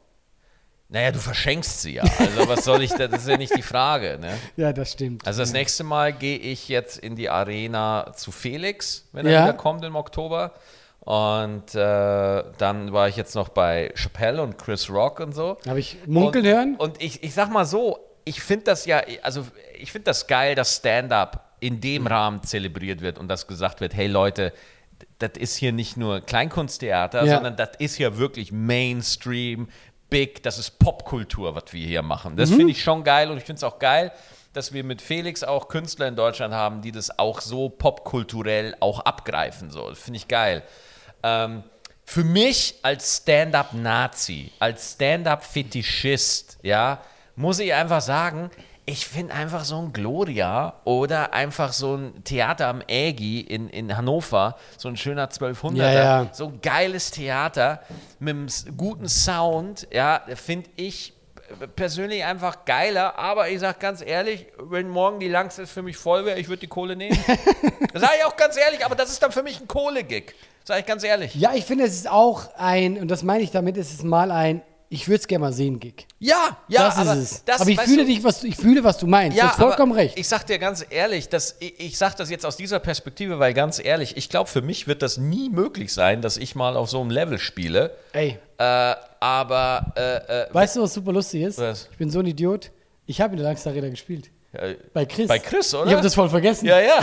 S3: naja, du verschenkst sie ja. Also was soll ich? da- Das ist ja nicht die Frage. Ne?
S2: Ja, das stimmt.
S3: Also das nächste Mal gehe ich jetzt in die Arena zu Felix, wenn er
S2: Ja.
S3: wieder kommt im Oktober. Und äh, dann war ich jetzt noch bei Chappelle und Chris Rock und so.
S2: Habe ich munkeln
S3: und,
S2: hören?
S3: Und ich, ich sag mal so, ich finde das ja, also ich finde das geil, dass Stand-up in dem
S2: Mhm.
S3: Rahmen zelebriert wird und dass gesagt wird, hey Leute, das ist hier nicht nur Kleinkunsttheater,
S2: Ja.
S3: sondern das ist ja wirklich Mainstream, Big, das ist Popkultur, was wir hier machen. Das finde ich schon geil und ich finde es auch geil, dass wir mit Felix auch Künstler in Deutschland haben, die das auch so popkulturell auch abgreifen. So, Das finde ich geil. Ähm, für mich als Stand-up-Nazi, als Stand-up-Fetischist, ja, muss ich einfach sagen, ich finde einfach so ein Gloria oder einfach so ein Theater am Ägi in, in Hannover, so ein schöner 1200er,
S2: Ja, ja.
S3: so geiles Theater mit einem s- guten Sound, ja, finde ich
S1: persönlich einfach geiler, aber ich sag ganz ehrlich, wenn morgen die Langsess für mich voll wäre, ich würde die Kohle nehmen. das sage ich auch ganz ehrlich, aber das ist dann für mich ein Kohle-Gig. Sag ich ganz ehrlich.
S2: Ja, ich finde, es ist auch ein, und das meine ich damit, es ist mal ein, ich würde es gerne mal sehen, Gig.
S1: Ja, ja,
S2: das
S1: aber
S2: ist es.
S1: das
S2: aber ich
S1: weißt
S2: fühle,
S1: du-
S2: dich, was, du- ich fühle, was du meinst. du hast vollkommen
S1: aber
S2: recht.
S1: Ich sag dir ganz ehrlich, dass ich, ich sag das jetzt aus dieser Perspektive, weil ganz ehrlich, ich glaube, für mich wird das nie möglich sein, dass ich mal auf so einem Level spiele.
S2: Ey,
S1: Äh, aber äh, äh,
S2: weißt du, was super lustig ist?
S1: Was?
S2: Ich bin so ein Idiot. Ich habe in der Langsarena gespielt.
S1: äh,
S2: Bei Chris.
S1: Bei Chris, oder?
S2: Ich habe das voll vergessen.
S1: ja, ja.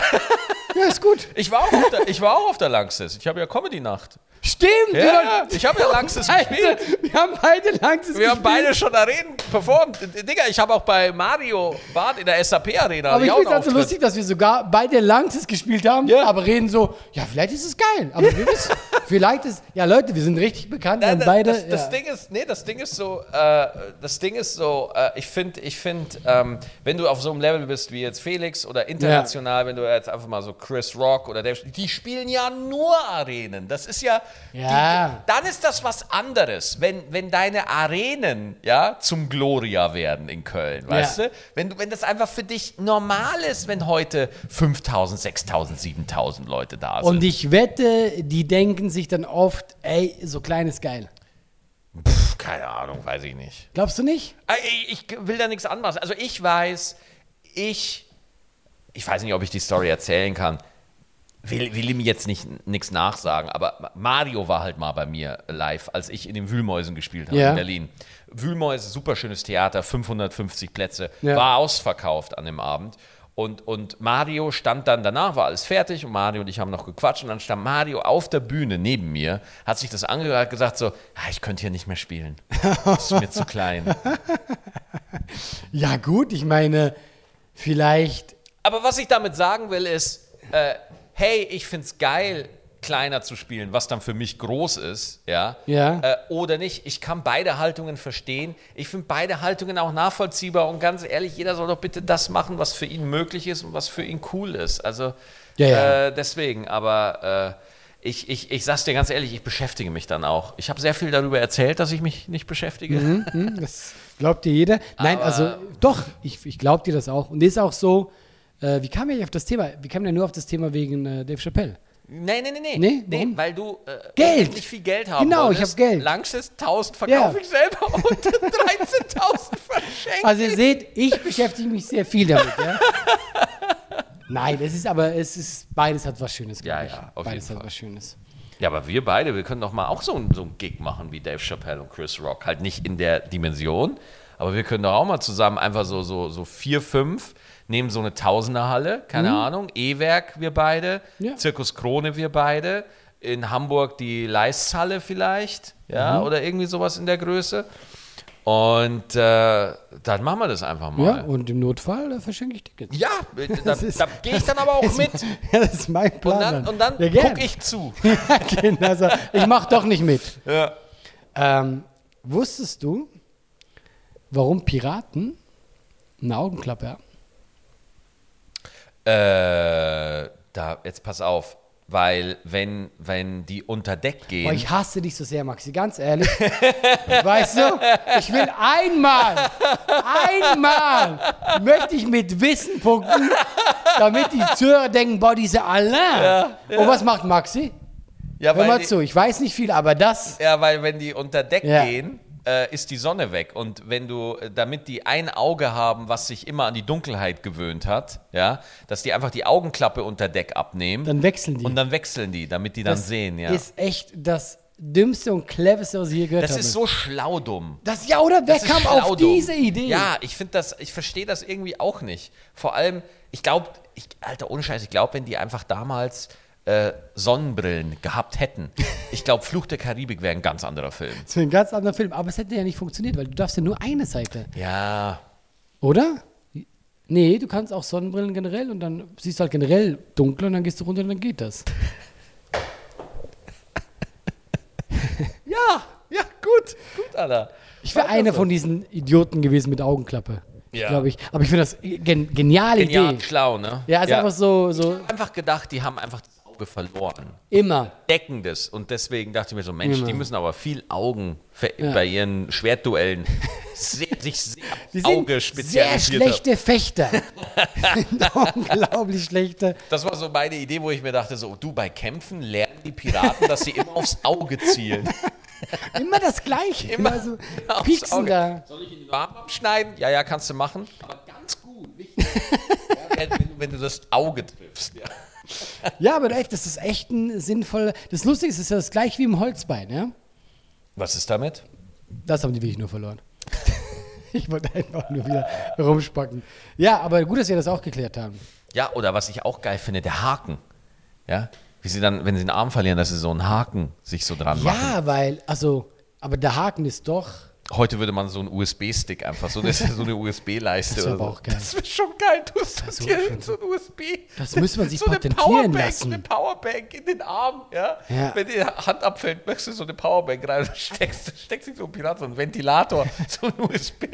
S2: Ja, ist gut.
S1: Ich war auch auf der, ich war auch auf der Langsys. Ich habe ja Comedy-Nacht.
S2: Stimmt. wir
S1: Ja,
S2: haben-
S1: ich habe ja Langsys gespielt.
S2: Alter, wir haben beide Langsys
S1: Wir haben
S2: gespielt.
S1: beide schon Arenen performt. D- Digga, ich habe auch bei Mario Barth in der SAP-Arena.
S2: Aber ich finde es also lustig, dass wir sogar beide Langsys gespielt haben,
S1: Ja.
S2: aber reden so, ja, vielleicht ist es geil. Aber wir wissen, vielleicht ist, ja Leute, wir sind richtig bekannt, wir
S1: Nein,
S2: haben
S1: das,
S2: beide.
S1: das, das
S2: ja.
S1: Ding ist, nee, das Ding ist so, äh, das Ding ist so, äh, ich finde, ich find, ähm, wenn du auf so einem Level bist wie jetzt Felix oder international, wenn du jetzt einfach mal so Chris Rock oder Dave, die spielen ja nur Arenen. Das ist ja,
S2: Ja.
S1: Die, dann ist das was anderes, wenn, wenn deine Arenen ja zum Gloria werden in Köln, weißt
S2: Ja.
S1: du? Wenn, du? wenn das einfach für dich normal ist, wenn heute 5000, 6000, 7000 Leute da sind.
S2: Und ich wette, die denken sich dann oft, ey, so klein ist geil.
S1: Pff, keine Ahnung, weiß ich nicht.
S2: Glaubst du nicht?
S1: Ah, Ich ich will da nichts anmaßen. Also ich weiß, ich, ich weiß nicht, ob ich die Story erzählen kann. Will, will ihm jetzt nicht nichts nachsagen, aber Mario war halt mal bei mir live, als ich in den Wühlmäusen gespielt habe
S2: Ja.
S1: in Berlin. Wühlmäuse, super schönes Theater, 550 Plätze,
S2: Ja.
S1: war ausverkauft an dem Abend. Und, und Mario stand dann, danach war alles fertig und Mario und ich haben noch gequatscht und dann stand Mario auf der Bühne neben mir, hat sich das angehört, hat gesagt so, ah, ich könnte hier nicht mehr spielen, das ist mir zu klein.
S2: Ja, gut, ich meine, vielleicht.
S1: Aber was ich damit sagen will, ist, äh, hey, ich find's geil, kleiner zu spielen, was dann für mich groß ist, ja.
S2: Ja.
S1: Äh, oder nicht. Ich kann beide Haltungen verstehen. Ich finde beide Haltungen auch nachvollziehbar und ganz ehrlich, jeder soll doch bitte das machen, was für ihn möglich ist und was für ihn cool ist. Also
S2: Ja, ja.
S1: Äh, deswegen, aber äh, ich, ich, ich sag's dir ganz ehrlich, ich beschäftige mich dann auch. Ich habe sehr viel darüber erzählt, dass ich mich nicht beschäftige.
S2: Hm, das glaubt dir jeder? Nein, also doch, ich, ich glaub dir das auch. Und ist auch so, äh, wie kam ich auf das Thema? Wir kamen ja nur auf das Thema wegen äh, Dave Chappelle.
S1: Nee, nee, nee, nee.
S2: Nee, warum?
S1: weil du äh,
S2: Geld.
S1: nicht viel Geld haben
S2: Genau, ich
S1: wolltest.
S2: hab Geld.
S1: Langstes 1000 verkaufe
S2: Ja.
S1: ich selber und 13.000 verschenke.
S2: Also ihr seht, ich beschäftige mich sehr viel damit. Ja? Nein, es ist aber, es ist, beides hat was Schönes, glaub
S1: Ja,
S2: ich.
S1: ja, auf
S2: beides
S1: jeden
S2: hat
S1: Fall.
S2: was Schönes.
S1: ja, aber wir beide, wir können doch mal auch so, ein- so einen Gig machen wie Dave Chappelle und Chris Rock. Halt nicht in der Dimension, aber wir können doch auch mal zusammen einfach so, so, so vier, fünf, nehmen so eine Tausenderhalle, keine Ahnung, E-Werk wir beide,
S2: Mhm. Ja.
S1: Zirkus Krone wir beide, in Hamburg die Leisthalle vielleicht, ja,
S2: Mhm.
S1: oder irgendwie sowas in der Größe. Und äh, dann machen wir das einfach mal.
S2: Ja, und im Notfall äh, verschenke ich Tickets.
S1: Ja, da,
S2: Das ist-
S1: da gehe ich dann aber auch
S2: Das-
S1: mit.
S2: Ja, das ist mein Plan.
S1: Und dann, und dann
S2: ja, gern.
S1: gucke ich zu.
S2: Ja, genau, also, ich mache doch nicht mit.
S1: Ja.
S2: Ähm, wusstest du, warum Piraten eine Augenklappe haben?
S1: Äh, da, jetzt pass auf, weil wenn, wenn die unter Deck
S2: Boah,
S1: gehen,
S2: ich hasse dich so sehr, Maxi, ganz ehrlich. weißt du, ich will einmal, einmal möchte ich mit Wissen punkten, damit die Zuhörer denken, boah, diese Alain. Und was macht Maxi?
S1: ja,
S2: Hör
S1: weil
S2: mal
S1: die,
S2: zu, ich weiß nicht viel, aber das,
S1: ja, weil wenn die unter Deck
S2: Ja.
S1: gehen, äh, ist die Sonne weg. Und wenn du, äh, damit die ein Auge haben, was sich immer an die Dunkelheit gewöhnt hat, ja, dass die einfach die Augenklappe unter Deck abnehmen
S2: dann wechseln die.
S1: und dann wechseln die, damit die dann
S2: das
S1: sehen, ja.
S2: ist echt das Dümmste und Cleverste, was ich je gehört
S1: das
S2: habe.
S1: ist so schlau dumm.
S2: das, ja, oder? Wer
S1: Das ist
S2: kam auf
S1: schlau-dumm.
S2: diese Idee?
S1: Ja, ich finde das, ich verstehe das irgendwie auch nicht. Vor allem, ich glaube, ich, Alter, ohne Scheiß, ich glaube, wenn die einfach damals äh, Sonnenbrillen gehabt hätten, ich glaube, Fluch der Karibik wäre ein ganz anderer Film.
S2: Das wäre ein ganz anderer Film, aber es hätte ja nicht funktioniert, weil du darfst ja nur eine Seite.
S1: Ja,
S2: Oder? Nee, du kannst auch Sonnenbrillen generell und dann siehst du halt generell dunkel und dann gehst du runter und dann geht das.
S1: ja, ja, gut, gut, Alter.
S2: Ich wäre einer von diesen Idioten gewesen mit Augenklappe.
S1: Ja.
S2: Glaube ich. Aber ich finde das gen geniale
S1: Genial,
S2: Idee.
S1: schlau, ne?
S2: Ja, ist einfach so, so.
S1: einfach gedacht, die haben einfach das Auge Auge verloren.
S2: Immer.
S1: Deckendes. Und deswegen dachte ich mir so, Mensch,
S2: Immer.
S1: die müssen aber viel Augen ver-
S2: Genau. Ja.
S1: bei ihren Schwertduellen sehr, sich sehr aufs
S2: Die sind
S1: Auge
S2: sehr
S1: spezialisiert. haben.
S2: schlechte Fechter. Sind Unglaublich schlechte.
S1: Das war so meine Idee, wo ich mir dachte, so, du, bei Kämpfen lernen die Piraten, dass sie immer aufs Auge zielen.
S2: Immer das Gleiche. Immer,
S1: Immer
S2: so
S1: aufs
S2: pieksen
S1: Auge.
S2: da.
S3: Soll ich in den
S1: Arm abschneiden? Ja, ja, kannst du machen.
S3: Aber ganz gut, wichtig.
S1: Wenn, du- wenn du das Auge triffst. Ja.
S2: Ja, aber echt, das ist echt ein sinnvoller. Das Lustige ist, es ist ja das gleiche wie im Holzbein, ja?
S1: Was ist damit?
S2: Das haben die wirklich nur verloren. ich wollte einfach nur wieder rumspacken. Ja, aber gut, dass wir das auch geklärt haben.
S1: Ja, oder was ich auch geil finde, der Haken. Ja, wie sie dann, wenn sie den Arm verlieren, dass sie so einen Haken sich so dran machen.
S2: Ja, weil, also, aber der Haken ist doch.
S1: Heute würde man so einen USB-Stick einfach, so eine, so eine USB-Leiste.
S2: Das wär
S1: oder
S2: aber
S1: so.
S2: auch geil.
S1: Das wäre schon geil. Du hast
S2: wär so schön.
S1: dir so ein USB.
S2: Das müsste man sich
S1: so eine
S2: patentieren
S1: Powerbank,
S2: lassen.
S1: Eine Powerbank in den Arm, ja.
S2: Ja.
S1: Wenn die Hand abfällt, möchtest du so eine Powerbank rein und steckst, steckst dich so ein Pirat, so einen Ventilator, so einen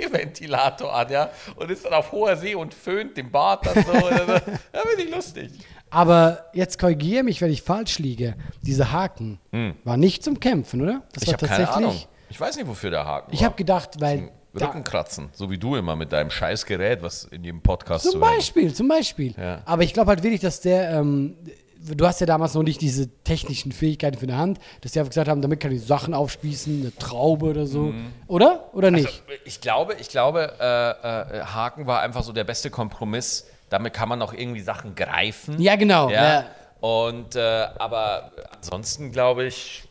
S1: USB-Ventilator an, ja. Und ist dann auf hoher See und föhnt den Bart dann so. oder so. Ja, finde ich lustig.
S2: Aber jetzt korrigiere mich, wenn ich falsch liege. Dieser Haken war nicht zum Kämpfen, oder? Das
S1: ich
S2: war
S1: habe keine Ahnung. Ich weiß nicht, wofür der Haken
S2: Ich
S1: war.
S2: habe gedacht, weil. Da,
S1: Rückenkratzen, so wie du immer mit deinem scheiß Gerät, was in jedem Podcast
S2: zum
S1: zu hören ist.
S2: Beispiel, zum Beispiel.
S1: Ja.
S2: Aber ich glaube halt wirklich, dass der. Ähm, du hast ja damals noch nicht diese technischen Fähigkeiten für eine Hand, dass die einfach gesagt haben, damit kann ich Sachen aufspießen, eine Traube oder so.
S1: Mhm.
S2: Oder? Oder
S1: Also
S2: nicht?
S1: Ich glaube, ich glaube, äh, äh, Haken war einfach so der beste Kompromiss. Damit kann man noch irgendwie Sachen greifen.
S2: Ja, genau, ja.
S1: Und äh, aber also, ansonsten glaube ich.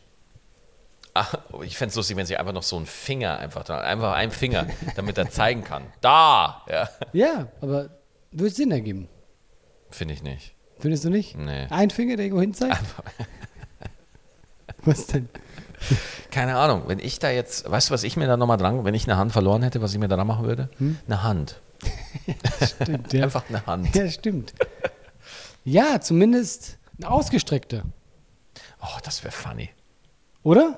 S1: Ah, ich fände es lustig, wenn sich einfach noch so ein Finger einfach dran, einfach ein Finger, damit er zeigen kann. Da! Ja.
S2: ja, aber würde Sinn ergeben.
S1: Finde ich nicht.
S2: Findest du nicht?
S1: Nee.
S2: Ein Finger, der irgendwo hin zeigt? Was denn?
S1: Keine Ahnung, wenn ich da jetzt, weißt du, was ich mir da nochmal dran, wenn ich eine Hand verloren hätte, was ich mir da dran machen würde?
S2: Hm?
S1: Eine Hand.
S2: Stimmt, ja.
S1: Einfach eine Hand.
S2: Ja, stimmt. Ja, zumindest eine ausgestreckte,
S1: Oh, das wäre funny.
S2: oder?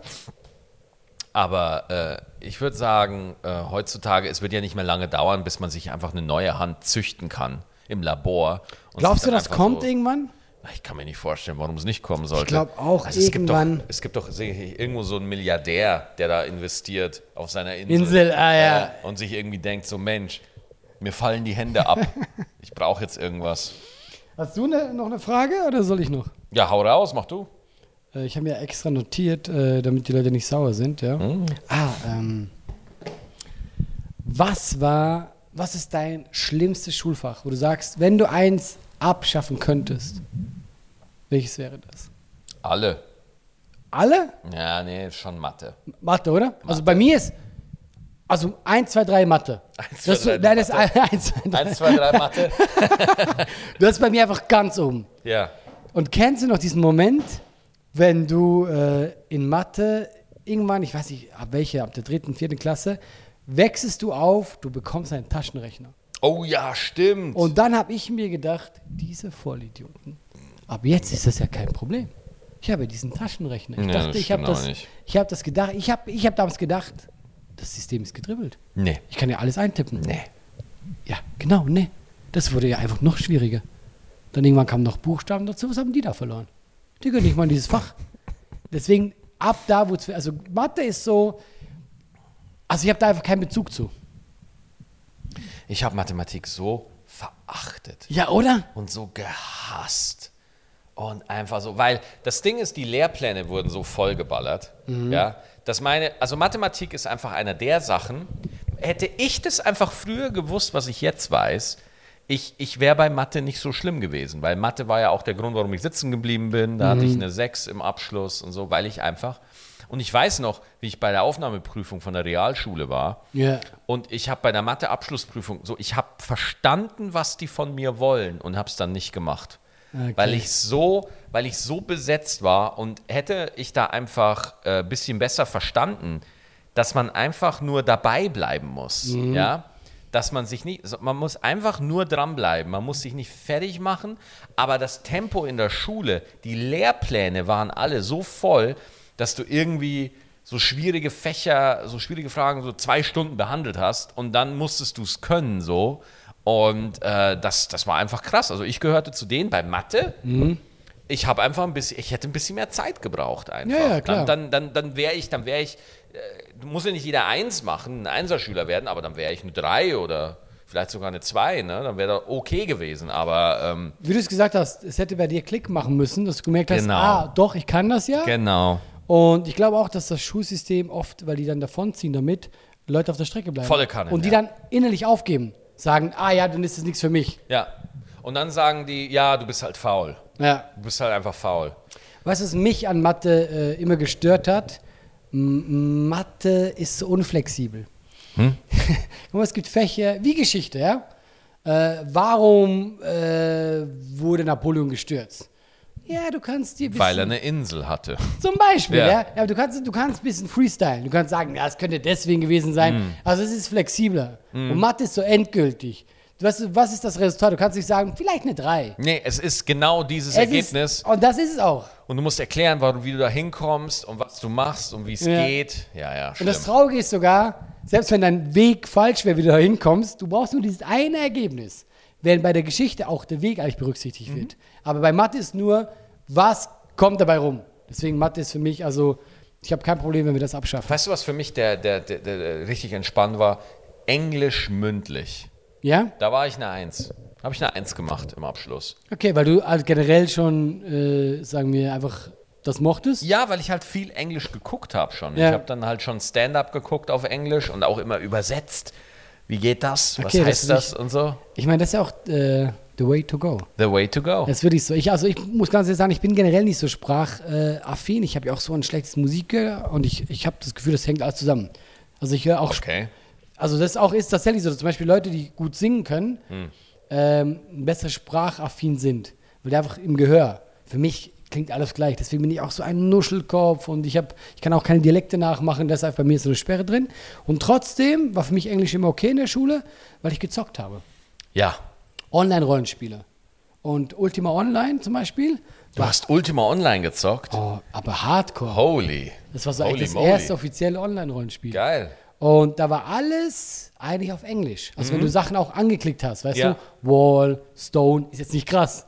S1: Aber äh, ich würde sagen, äh, heutzutage, es wird ja nicht mehr lange dauern, bis man sich einfach eine neue Hand züchten kann im Labor. und
S2: Glaubst
S1: sich
S2: du,
S1: dann
S2: das
S1: einfach
S2: kommt
S1: so-
S2: irgendwann?
S1: Ich kann mir nicht vorstellen, warum es nicht kommen sollte. Also
S2: glaub auch
S1: es gibt doch,
S2: irgendwann-
S1: es gibt doch sehe ich, irgendwo so einen Milliardär, der da investiert auf seiner Insel.
S2: Insel, ah, ja.
S1: Äh, und sich irgendwie denkt, so Mensch, mir fallen die Hände ab. ich brauche jetzt irgendwas.
S2: Hast du ne, noch eine Frage oder soll ich noch?
S1: Ja, hau raus, mach du.
S2: Äh, ich habe mir extra notiert, äh, damit die Leute nicht sauer sind, ja.
S1: Hm.
S2: Ah, ähm, was war, was ist dein schlimmstes Schulfach, wo du sagst, wenn du eins abschaffen könntest, welches wäre das?
S1: Alle.
S2: Alle?
S1: Ja, nee, schon Mathe.
S2: Mathe, oder? Also bei mir ist, also 1, 2, 3 Mathe.
S1: Eins,
S2: Das
S1: zwei,
S2: ist-
S1: drei,
S2: nein, das ist 1, 2, 3.
S1: Eins, zwei, drei Mathe.
S2: Das ist bei mir einfach ganz oben.
S1: ja.
S2: Und kennst du noch diesen Moment, wenn du äh, in Mathe irgendwann, ich weiß nicht, ab welcher, ab der dritten, vierten Klasse, wechselst du auf, du bekommst einen Taschenrechner.
S1: Oh ja, stimmt.
S2: Und dann habe ich mir gedacht, diese Vollidioten, ab jetzt ist das ja kein Problem. Ich habe diesen Taschenrechner. Ich
S1: Ja,
S2: dachte,
S1: das
S2: ich habe
S1: stimmt aber
S2: das,
S1: nicht.
S2: ich habe das gedacht, ich habe ich habe damals gedacht, das System ist gedribbelt.
S1: nee.
S2: Ich kann ja alles eintippen.
S1: Nee.
S2: Ja, genau, nee. Das wurde ja einfach noch schwieriger. Dann irgendwann kamen noch Buchstaben dazu. Was haben die da verloren? Die können nicht mal in dieses Fach. Deswegen ab da, wo es. Also Mathe ist so. Also ich habe da einfach keinen Bezug zu.
S1: Ich habe Mathematik so verachtet
S2: Ja, oder?
S1: und so gehasst. Und einfach so, weil das Ding ist, die Lehrpläne wurden so vollgeballert. Ja, dass meine, also Mathematik ist einfach einer der Sachen. Hätte ich das einfach früher gewusst, was ich jetzt weiß, ich, ich wäre bei Mathe nicht so schlimm gewesen, weil Mathe war ja auch der Grund, warum ich sitzen geblieben bin. Da hatte ich eine 6 im Abschluss und so, weil ich einfach. Und ich weiß noch, wie ich bei der Aufnahmeprüfung von der Realschule war.
S2: Ja.
S1: Und ich habe bei der Mathe-Abschlussprüfung so, ich habe verstanden, was die von mir wollen und habe es dann nicht gemacht.
S2: Okay.
S1: Weil ich so, weil ich so besetzt war und hätte ich da einfach ein äh, bisschen besser verstanden, dass man einfach nur dabei bleiben muss, ja, dass man sich nicht, so- man muss einfach nur dranbleiben, man muss sich nicht fertig machen, aber das Tempo in der Schule, die Lehrpläne waren alle so voll, dass du irgendwie so schwierige Fächer, so schwierige Fragen so zwei Stunden behandelt hast und dann musstest du es können so und äh, das, das war einfach krass. Also ich gehörte zu denen bei Mathe, ich habe einfach ein bisschen, ich hätte ein bisschen mehr Zeit gebraucht einfach.
S2: Ja, ja, klar.
S1: Dann, dann, dann, dann wäre ich, dann wäre ich, äh, muss ja nicht jeder eins machen, ein Einserschüler werden, aber dann wäre ich eine drei oder vielleicht sogar eine zwei, ne? Dann wäre das okay gewesen. Aber ähm,
S2: Wie du es gesagt hast, es hätte bei dir Klick machen müssen, dass du gemerkt hast,
S1: Genau.
S2: ah, doch, ich kann das ja.
S1: genau.
S2: Und ich glaube auch, dass das Schulsystem oft, weil die dann davonziehen damit, Leute auf der Strecke bleiben.
S1: Volle Kanne,
S2: Und die
S1: ja.
S2: dann innerlich aufgeben. Sagen, ah ja, dann ist das nichts für mich.
S1: Ja. Und dann sagen die, ja, du bist halt faul.
S2: Ja.
S1: Du bist halt einfach faul.
S2: Weißt du, was mich an Mathe äh, immer gestört hat? M Mathe ist so unflexibel.
S1: Hm?
S2: Guck mal, es gibt Fächer wie Geschichte, ja? Äh, warum äh, wurde Napoleon gestürzt? Ja, du kannst dir ein bisschen-
S1: Weil er eine Insel hatte.
S2: Zum Beispiel,
S1: Ja.
S2: ja. ja aber du kannst, du kannst ein bisschen freestylen. Du kannst sagen, ja, es könnte deswegen gewesen sein.
S1: Hm.
S2: Also es ist flexibler. Und Mathe ist so endgültig. Du weißt, was ist das Resultat? Du kannst nicht sagen, vielleicht eine 3.
S1: Nee, es ist genau dieses Ergebnis.
S2: Ist, und das ist es auch.
S1: Und du musst erklären, warum, wie du da hinkommst und was du machst und wie es
S2: Ja.
S1: geht. Ja, ja,
S2: Und
S1: schlimm.
S2: das Traurige ist sogar, selbst wenn dein Weg falsch wäre, wie du da hinkommst, du brauchst nur dieses eine Ergebnis. Während bei der Geschichte auch der Weg eigentlich berücksichtigt
S1: Mhm.
S2: wird. Aber bei Mathe ist nur, was kommt dabei rum? Deswegen Mathe ist für mich, also ich habe kein Problem, wenn wir das abschaffen.
S1: weißt du, was für mich der, der, der, der, der richtig entspannt war? Englisch mündlich.
S2: Ja?
S1: Da war ich eine Eins. Habe ich eine Eins gemacht im Abschluss.
S2: Okay, weil du halt generell schon, äh, sagen wir, einfach das mochtest.
S1: Ja, weil ich halt viel Englisch geguckt habe schon.
S2: Ja.
S1: Ich habe dann halt schon Stand-up geguckt auf Englisch und auch immer übersetzt. Wie geht das? Was
S2: Okay, das
S1: heißt
S2: ist
S1: das?
S2: nicht-
S1: Und so.
S2: Ich meine, das ist ja auch äh, the way to go.
S1: The way to go.
S2: Das ist wirklich so. Ich, also ich muss ganz ehrlich sagen, ich bin generell nicht so sprachaffin. Ich habe ja auch so ein schlechtes Musikgehör und ich, ich habe das Gefühl, das hängt alles zusammen. Also ich höre auch
S1: Okay.
S2: Also das auch ist tatsächlich so, dass zum Beispiel Leute, die gut singen können, ähm, besser sprachaffin sind, weil die einfach im Gehör. Für mich klingt alles gleich. Deswegen bin ich auch so ein Nuschelkopf und ich habe, ich kann auch keine Dialekte nachmachen. Deshalb bei mir ist so eine Sperre drin. Und trotzdem war für mich Englisch immer okay in der Schule, weil ich gezockt habe.
S1: Ja.
S2: Online-Rollenspiele und Ultima Online zum Beispiel.
S1: Du hast Ultima Online gezockt.
S2: Oh, aber Hardcore.
S1: Holy.
S2: Das war so
S1: Holy
S2: eigentlich das
S1: moly.
S2: erste offizielle Online-Rollenspiel.
S1: Geil.
S2: Und da war alles eigentlich auf Englisch. Also wenn du Sachen auch angeklickt hast, weißt
S1: Mhm. Ja.
S2: du, Wall, Stone, ist jetzt nicht krass.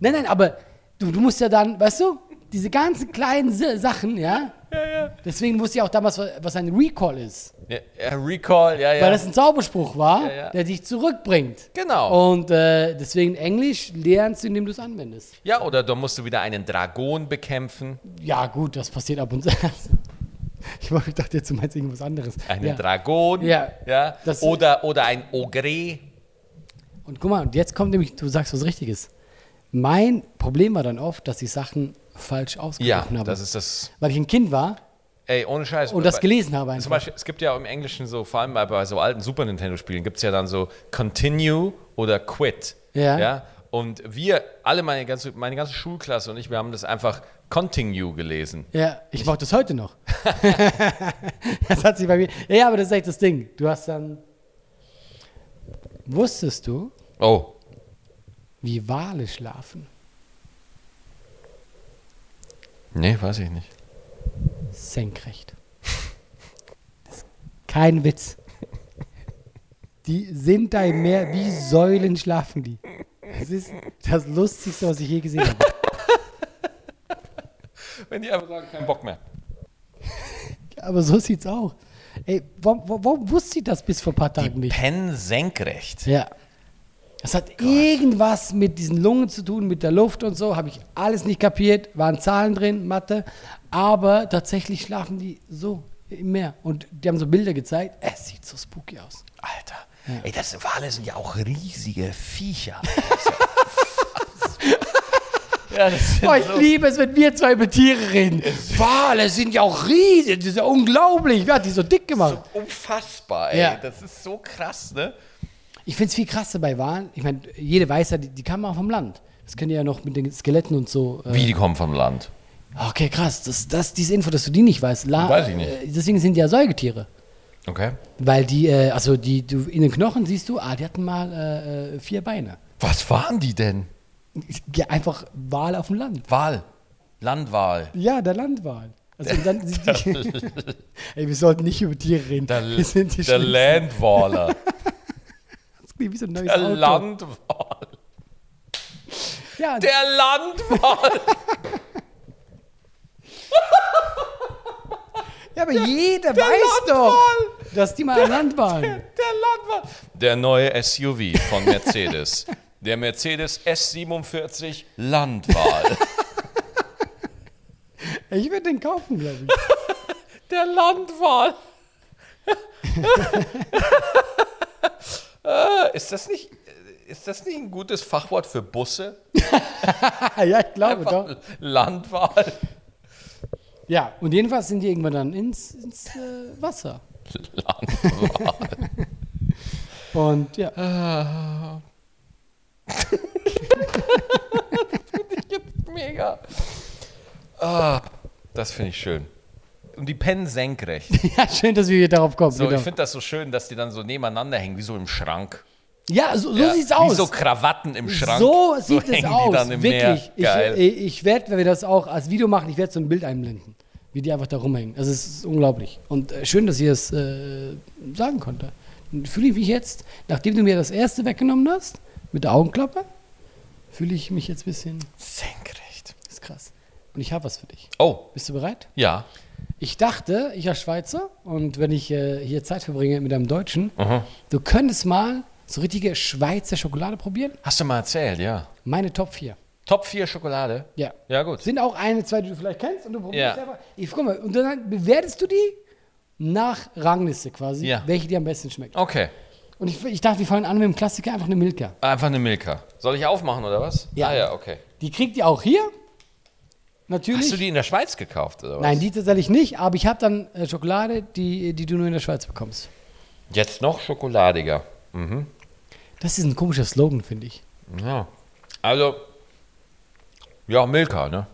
S2: Nein, nein, aber du, du musst ja dann, weißt du, diese ganzen kleinen Sa- Sachen, ja? Deswegen wusste ich auch damals, wa- was ein Recall ist.
S1: Ja, ja, Recall, ja, ja.
S2: Weil das ein Zauberspruch war,
S1: Ja, ja.
S2: der dich zurückbringt.
S1: Genau.
S2: Und äh, deswegen Englisch lernst du, indem du es anwendest.
S1: Ja, oder da musst du wieder einen Dragon bekämpfen.
S2: Ja, gut, das passiert ab und zu. Ich wollte- ich dachte jetzt, du meinst irgendwas anderes.
S1: Einen
S2: ja.
S1: Dragon.
S2: Ja.
S1: ja.
S2: Das-
S1: oder, oder ein Ogre.
S2: Und guck mal, und jetzt kommt nämlich, du sagst was Richtiges. Mein Problem war dann oft, dass ich Sachen falsch
S1: Ja,
S2: ausgesprochen habe.
S1: das ist das.
S2: weil ich ein Kind war
S1: Ey, ohne Scheiß.
S2: und das
S1: Bei-
S2: gelesen habe einfach.
S1: Zum Beispiel, es gibt ja im Englischen so, vor allem bei, bei so alten Super Nintendo-Spielen, gibt es ja dann so Continue oder Quit.
S2: Ja.
S1: ja? Und wir, alle meine ganze, meine ganze Schulklasse und ich, wir haben das einfach Continue gelesen.
S2: ja, ich brauche das heute noch. das hat sich bei mir. Ja, Ja, aber das ist echt das Ding. Du hast dann. Wusstest du,
S1: Oh.
S2: wie Wale schlafen?
S1: Nee, weiß ich nicht.
S2: Senkrecht. Das ist kein Witz. Die sind da im Meer, wie Säulen schlafen die. Das ist das Lustigste, was ich je gesehen habe.
S1: Wenn die einfach sagen, keinen Bock mehr.
S2: Aber so sieht's auch. Ey, warum, warum, warum wusste ich das bis vor ein paar
S1: Die
S2: Tagen nicht?
S1: pennen senkrecht.
S2: Ja. Das hat irgendwas mit diesen Lungen zu tun, mit der Luft und so. Habe ich alles nicht kapiert. Waren Zahlen drin, Mathe. Aber tatsächlich schlafen die so im Meer. Und die haben so Bilder gezeigt. Es sieht so spooky aus.
S1: Alter. Ey, das Wale sind ja auch riesige Viecher. ja, das sind
S2: Oh, ich liebe es, wenn wir zwei über Tiere reden. Wale sind ja auch riesig. Das ist ja unglaublich. Wer hat die so dick gemacht?
S1: so unfassbar, ey.
S2: Ja.
S1: Das ist so krass, ne?
S2: Ich finde es viel krasser bei Wahlen. Ich meine, jede weiß ja, die, die kamen auch vom Land. Das können die ja noch mit den Skeletten und so. Äh,
S1: die kommen vom Land.
S2: Okay, krass. Das, das, diese Info, dass du die nicht weißt. La
S1: Weiß ich nicht.
S2: Äh, deswegen sind die ja Säugetiere.
S1: Okay.
S2: Weil die, äh, also die, du, in den Knochen siehst du, ah, die hatten mal äh, äh, vier Beine.
S1: Was waren die denn?
S2: Ja, einfach Wale auf dem Land.
S1: Wal. Landwal.
S2: Ja, der Landwal. Also und dann sind die, Ey, wir sollten nicht über Tiere reden. wir sind die
S1: der
S2: Schlimmsten.
S1: Landwaler.
S2: Wie so ein neues
S1: Der
S2: Auto.
S1: Landwal.
S2: Ja,
S1: Der Landwald.
S2: ja aber jeder weiß doch, dass die mal an Land waren.
S1: Der Landwald. Der neue SUV von Mercedes. Der Mercedes S47 Landwahl.
S2: Ich würde den kaufen, glaube ich.
S1: Der Landwahl. äh, ist, das nicht, ist das nicht ein gutes Fachwort für Busse?
S2: ja, ich glaube
S1: Einfach
S2: doch.
S1: Landwahl.
S2: Ja, und jedenfalls sind die irgendwann dann ins, ins äh, Wasser.
S1: Landwahl.
S2: Und ja,
S1: Mega. Ah, das finde ich schön. Und die pennen senkrecht.
S2: ja schön, dass wir hier darauf kommen.
S1: So,
S2: genau.
S1: Ich finde das so schön, dass die dann so nebeneinander hängen, wie so im Schrank.
S2: ja, so, so
S1: Ja,
S2: sieht's aus.
S1: Wie so Krawatten im Schrank.
S2: So sieht es
S1: hängen die
S2: aus.
S1: dann im
S2: Wirklich.
S1: Meer. Geil.
S2: Ich, äh, ich, ich werde, wenn wir das auch als Video machen, ich werde so ein Bild einblenden, wie die einfach da rumhängen. Also es ist unglaublich. Und äh, schön, dass ihr es äh, sagen konnte. Fühle ich mich jetzt, nachdem du mir das erste weggenommen hast, mit der Augenklappe, fühle ich mich jetzt ein bisschen.
S1: Senkrecht.
S2: Ist krass. Und ich habe was für dich.
S1: Oh,
S2: Bist du bereit?
S1: ja.
S2: Ich dachte, ich als Schweizer und wenn ich äh, hier Zeit verbringe mit einem Deutschen, du könntest mal so richtige Schweizer Schokolade probieren.
S1: Hast du mal erzählt, ja.
S2: Meine Top 4.
S1: Top 4 Schokolade.
S2: Ja.
S1: Ja, gut.
S2: Sind auch eine, zwei, die du vielleicht kennst und du probierst
S1: Ja.
S2: einfach. Ich, guck mal, und dann bewertest du die nach Rangliste quasi,
S1: Ja.
S2: welche dir am besten schmeckt.
S1: Okay.
S2: Und ich, ich dachte, wir fangen an mit dem Klassiker, einfach eine Milka.
S1: Einfach eine Milka. Soll ich aufmachen oder was?
S2: Ja.
S1: Ah, ja, okay.
S2: Die kriegt ihr auch hier.
S1: Hast du
S2: Natürlich.
S1: die in der Schweiz gekauft oder was?
S2: Nein, die tatsächlich nicht, aber ich habe dann äh, Schokolade, die, die du nur in der Schweiz bekommst.
S1: Jetzt noch schokoladiger.
S2: Das ist ein komischer Slogan, finde ich.
S1: Ja. Also, ja, Milka, ne?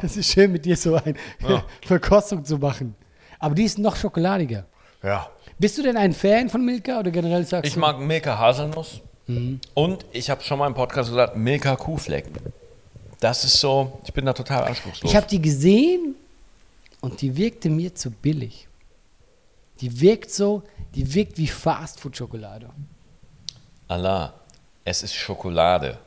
S2: Das ist schön, mit dir so eine
S1: Ja.
S2: Verkostung zu machen. Aber die ist noch schokoladiger.
S1: Ja.
S2: Bist du denn ein Fan von Milka oder generell sagst
S1: Ich
S2: du?
S1: mag Milka Haselnuss. Und ich habe schon mal im Podcast gesagt, Milka Kuhfleck. Das ist so, ich bin da total anspruchslos.
S2: Ich habe die gesehen und die wirkte mir zu billig. Die wirkt so, die wirkt wie Fastfood-Schokolade.
S1: Allah, es ist Schokolade.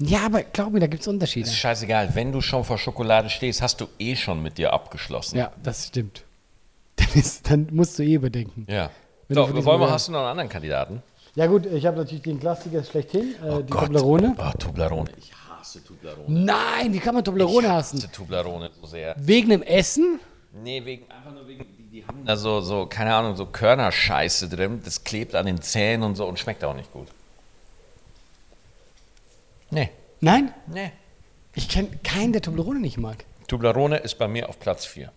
S2: Ja, aber glaub mir, da gibt es Unterschiede.
S1: Es ist scheißegal, wenn du schon vor Schokolade stehst, hast du eh schon mit dir abgeschlossen.
S2: ja, das stimmt. Dann, ist, dann musst du eh überdenken.
S1: Ja.
S2: Wenn
S1: So,
S2: du von diesem
S1: wollen wir,
S2: Modell-
S1: hast du noch einen anderen Kandidaten?
S2: Ja gut, ich habe natürlich den Klassiker schlechthin, äh, die
S1: Gott.
S2: Toblerone.
S1: Oh, Toblerone. Ich
S3: Hasse Tublarone.
S2: Nein, wie kann man Toblerone hassen?
S1: hasse Toblerone so sehr.
S2: Wegen dem Essen?
S1: Nee, wegen, einfach nur wegen, die, die haben da so, so, keine Ahnung, so Körnerscheiße drin. Das klebt an den Zähnen und so und schmeckt auch nicht gut. Nee,
S2: Nein,
S1: nee.
S2: ich kenne keinen, der Toblerone nicht mag.
S1: Toblerone ist bei mir auf Platz 4.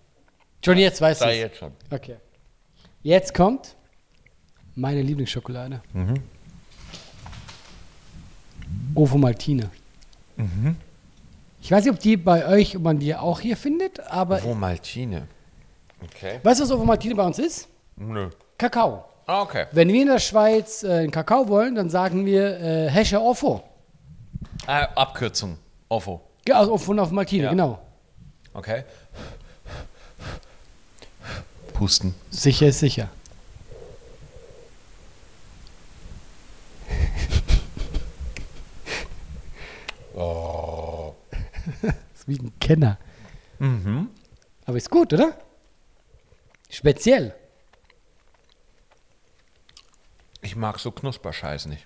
S2: Schon jetzt weißt du
S1: Sei
S2: es.
S1: jetzt schon.
S2: Okay. Jetzt kommt meine Lieblingsschokolade. Ovo Maltine. Ich weiß nicht, ob die bei euch, ob man die auch hier findet, aber
S1: Wo Maltine? Okay.
S2: weißt du, was Ovo Maltine bei uns ist?
S1: Nö.
S2: Kakao.
S1: Ah, okay.
S2: Wenn wir in der Schweiz äh, einen Kakao wollen, dann sagen wir äh, Hesche Ovo.
S1: Ah, Abkürzung. Offo.
S2: Ge- Also von auf Maltine,
S1: Ja.
S2: genau.
S1: Okay. Pusten.
S2: Sicher ist sicher. Oh. Das ist wie ein Kenner. Mhm. Aber ist gut, oder? Speziell.
S1: Ich mag so Knusperscheiß nicht.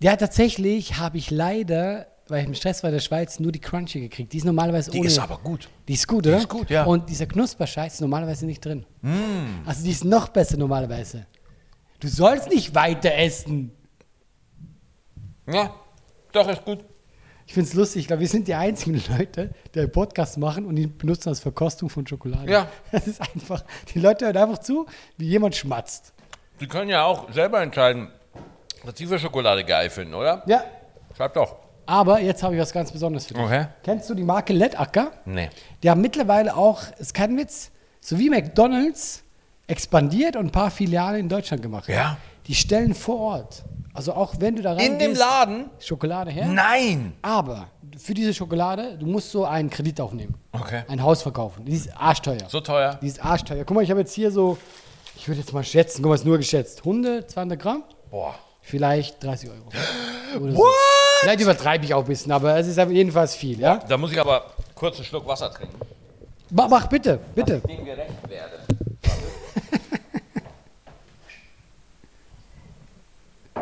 S2: Ja, tatsächlich habe ich leider, weil ich im Stress war in der Schweiz, nur die Crunchy gekriegt. Die ist normalerweise
S1: Die
S2: ohne.
S1: ist aber gut.
S2: die ist gut, oder?
S1: ist gut, ja.
S2: Und dieser Knusperscheiß ist normalerweise nicht drin. Also die ist noch besser normalerweise. Du sollst nicht weiter essen.
S1: Ja, doch, ist gut.
S2: Ich finde es lustig, ich glaube, wir sind die einzigen Leute, die einen Podcast machen und ihn benutzen als Verkostung von Schokolade.
S1: Ja.
S2: Das ist einfach, die Leute hören einfach zu, wie jemand schmatzt.
S1: Die können ja auch selber entscheiden, was sie für Schokolade geil finden, oder?
S2: Ja.
S1: Schreibt doch.
S2: Aber jetzt habe ich was ganz Besonderes für dich.
S1: Okay.
S2: Kennst du die Marke Lettacker?
S1: Nee.
S2: Die haben mittlerweile auch, ist kein Witz, so wie McDonalds expandiert und ein paar Filialen in Deutschland gemacht.
S1: Ja.
S2: Die stellen vor Ort, also auch wenn du da rein
S1: In dem Laden?
S2: Schokolade her.
S1: Nein!
S2: Aber für diese Schokolade, du musst so einen Kredit aufnehmen.
S1: Okay.
S2: Ein Haus verkaufen. Die ist arschteuer.
S1: So teuer.
S2: Die ist arschteuer. Guck mal, ich habe jetzt hier so, ich würde jetzt mal schätzen, guck mal, ist nur geschätzt. 100, 200 Gramm.
S1: Boah.
S2: vielleicht 30 Euro. Oder so.
S1: What?
S2: Vielleicht übertreibe ich auch ein bisschen, aber es ist auf jedenfalls viel, ja?
S1: Da muss ich aber kurz einen Schluck Wasser trinken.
S2: Mach, mach bitte, bitte.
S1: Dem gerecht werde.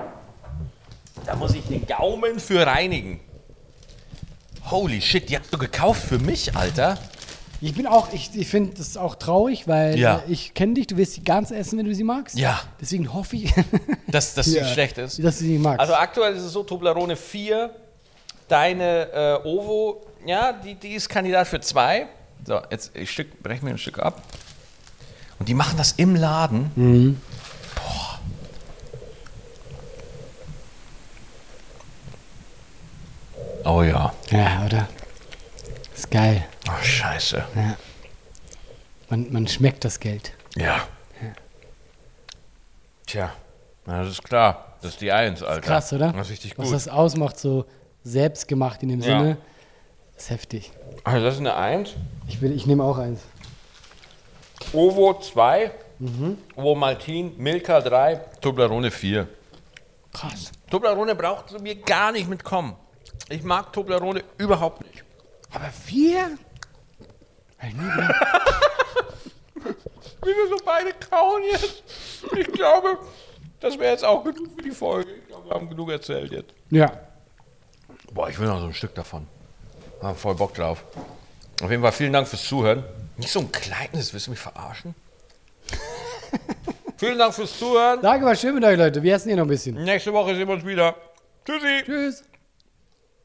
S1: da muss ich den Gaumen für reinigen. Holy shit, die hast du gekauft für mich, Alter.
S2: Ich bin auch, ich, ich finde das auch traurig, weil
S1: Ja.
S2: äh, ich kenne dich, du wirst die ganz essen, wenn du sie magst.
S1: Ja.
S2: Deswegen hoffe ich,
S1: Dass das
S2: Ja.
S1: nicht schlecht ist.
S2: dass du sie nicht magst.
S1: Also aktuell ist es so, Toblerone 4, deine äh, Ovo, ja, die, die ist Kandidat für 2. So, jetzt ich Stück, brechen wir ein Stück ab. Und die machen das im Laden. Boah. Oh ja.
S2: ja, oder? Ist geil.
S1: Oh, scheiße.
S2: Ja. Man, man schmeckt das Geld.
S1: Ja. Tja, na, das ist klar. Das ist die Eins, Alter.
S2: Krass, oder?
S1: Das ist richtig
S2: Was
S1: gut.
S2: das ausmacht, so selbstgemacht in dem
S1: Ja.
S2: Sinne, ist heftig.
S1: also das ist eine Eins.
S2: Ich, will, ich nehme auch eins.
S1: Ovo 2, Ovo Maltin, Milka 3, Mhm. Toblerone 4.
S2: Krass.
S1: Toblerone braucht zu mir gar nicht mitkommen. Ich mag Toblerone überhaupt nicht.
S2: Aber vier? Hab ich nie gedacht.
S1: Wie wir so beide kauen jetzt. Ich glaube, das wäre jetzt auch genug für die Folge. Ich glaube, wir haben genug erzählt jetzt.
S2: ja.
S1: Boah, ich will noch so ein Stück davon. Haben voll Bock drauf. Auf jeden Fall vielen Dank fürs Zuhören. Nicht so ein kleines, willst du mich verarschen? vielen Dank fürs Zuhören.
S2: Danke, war schön mit euch, Leute. Wir essen hier noch ein bisschen.
S1: Nächste Woche sehen wir uns wieder. Tschüssi.
S2: Tschüss.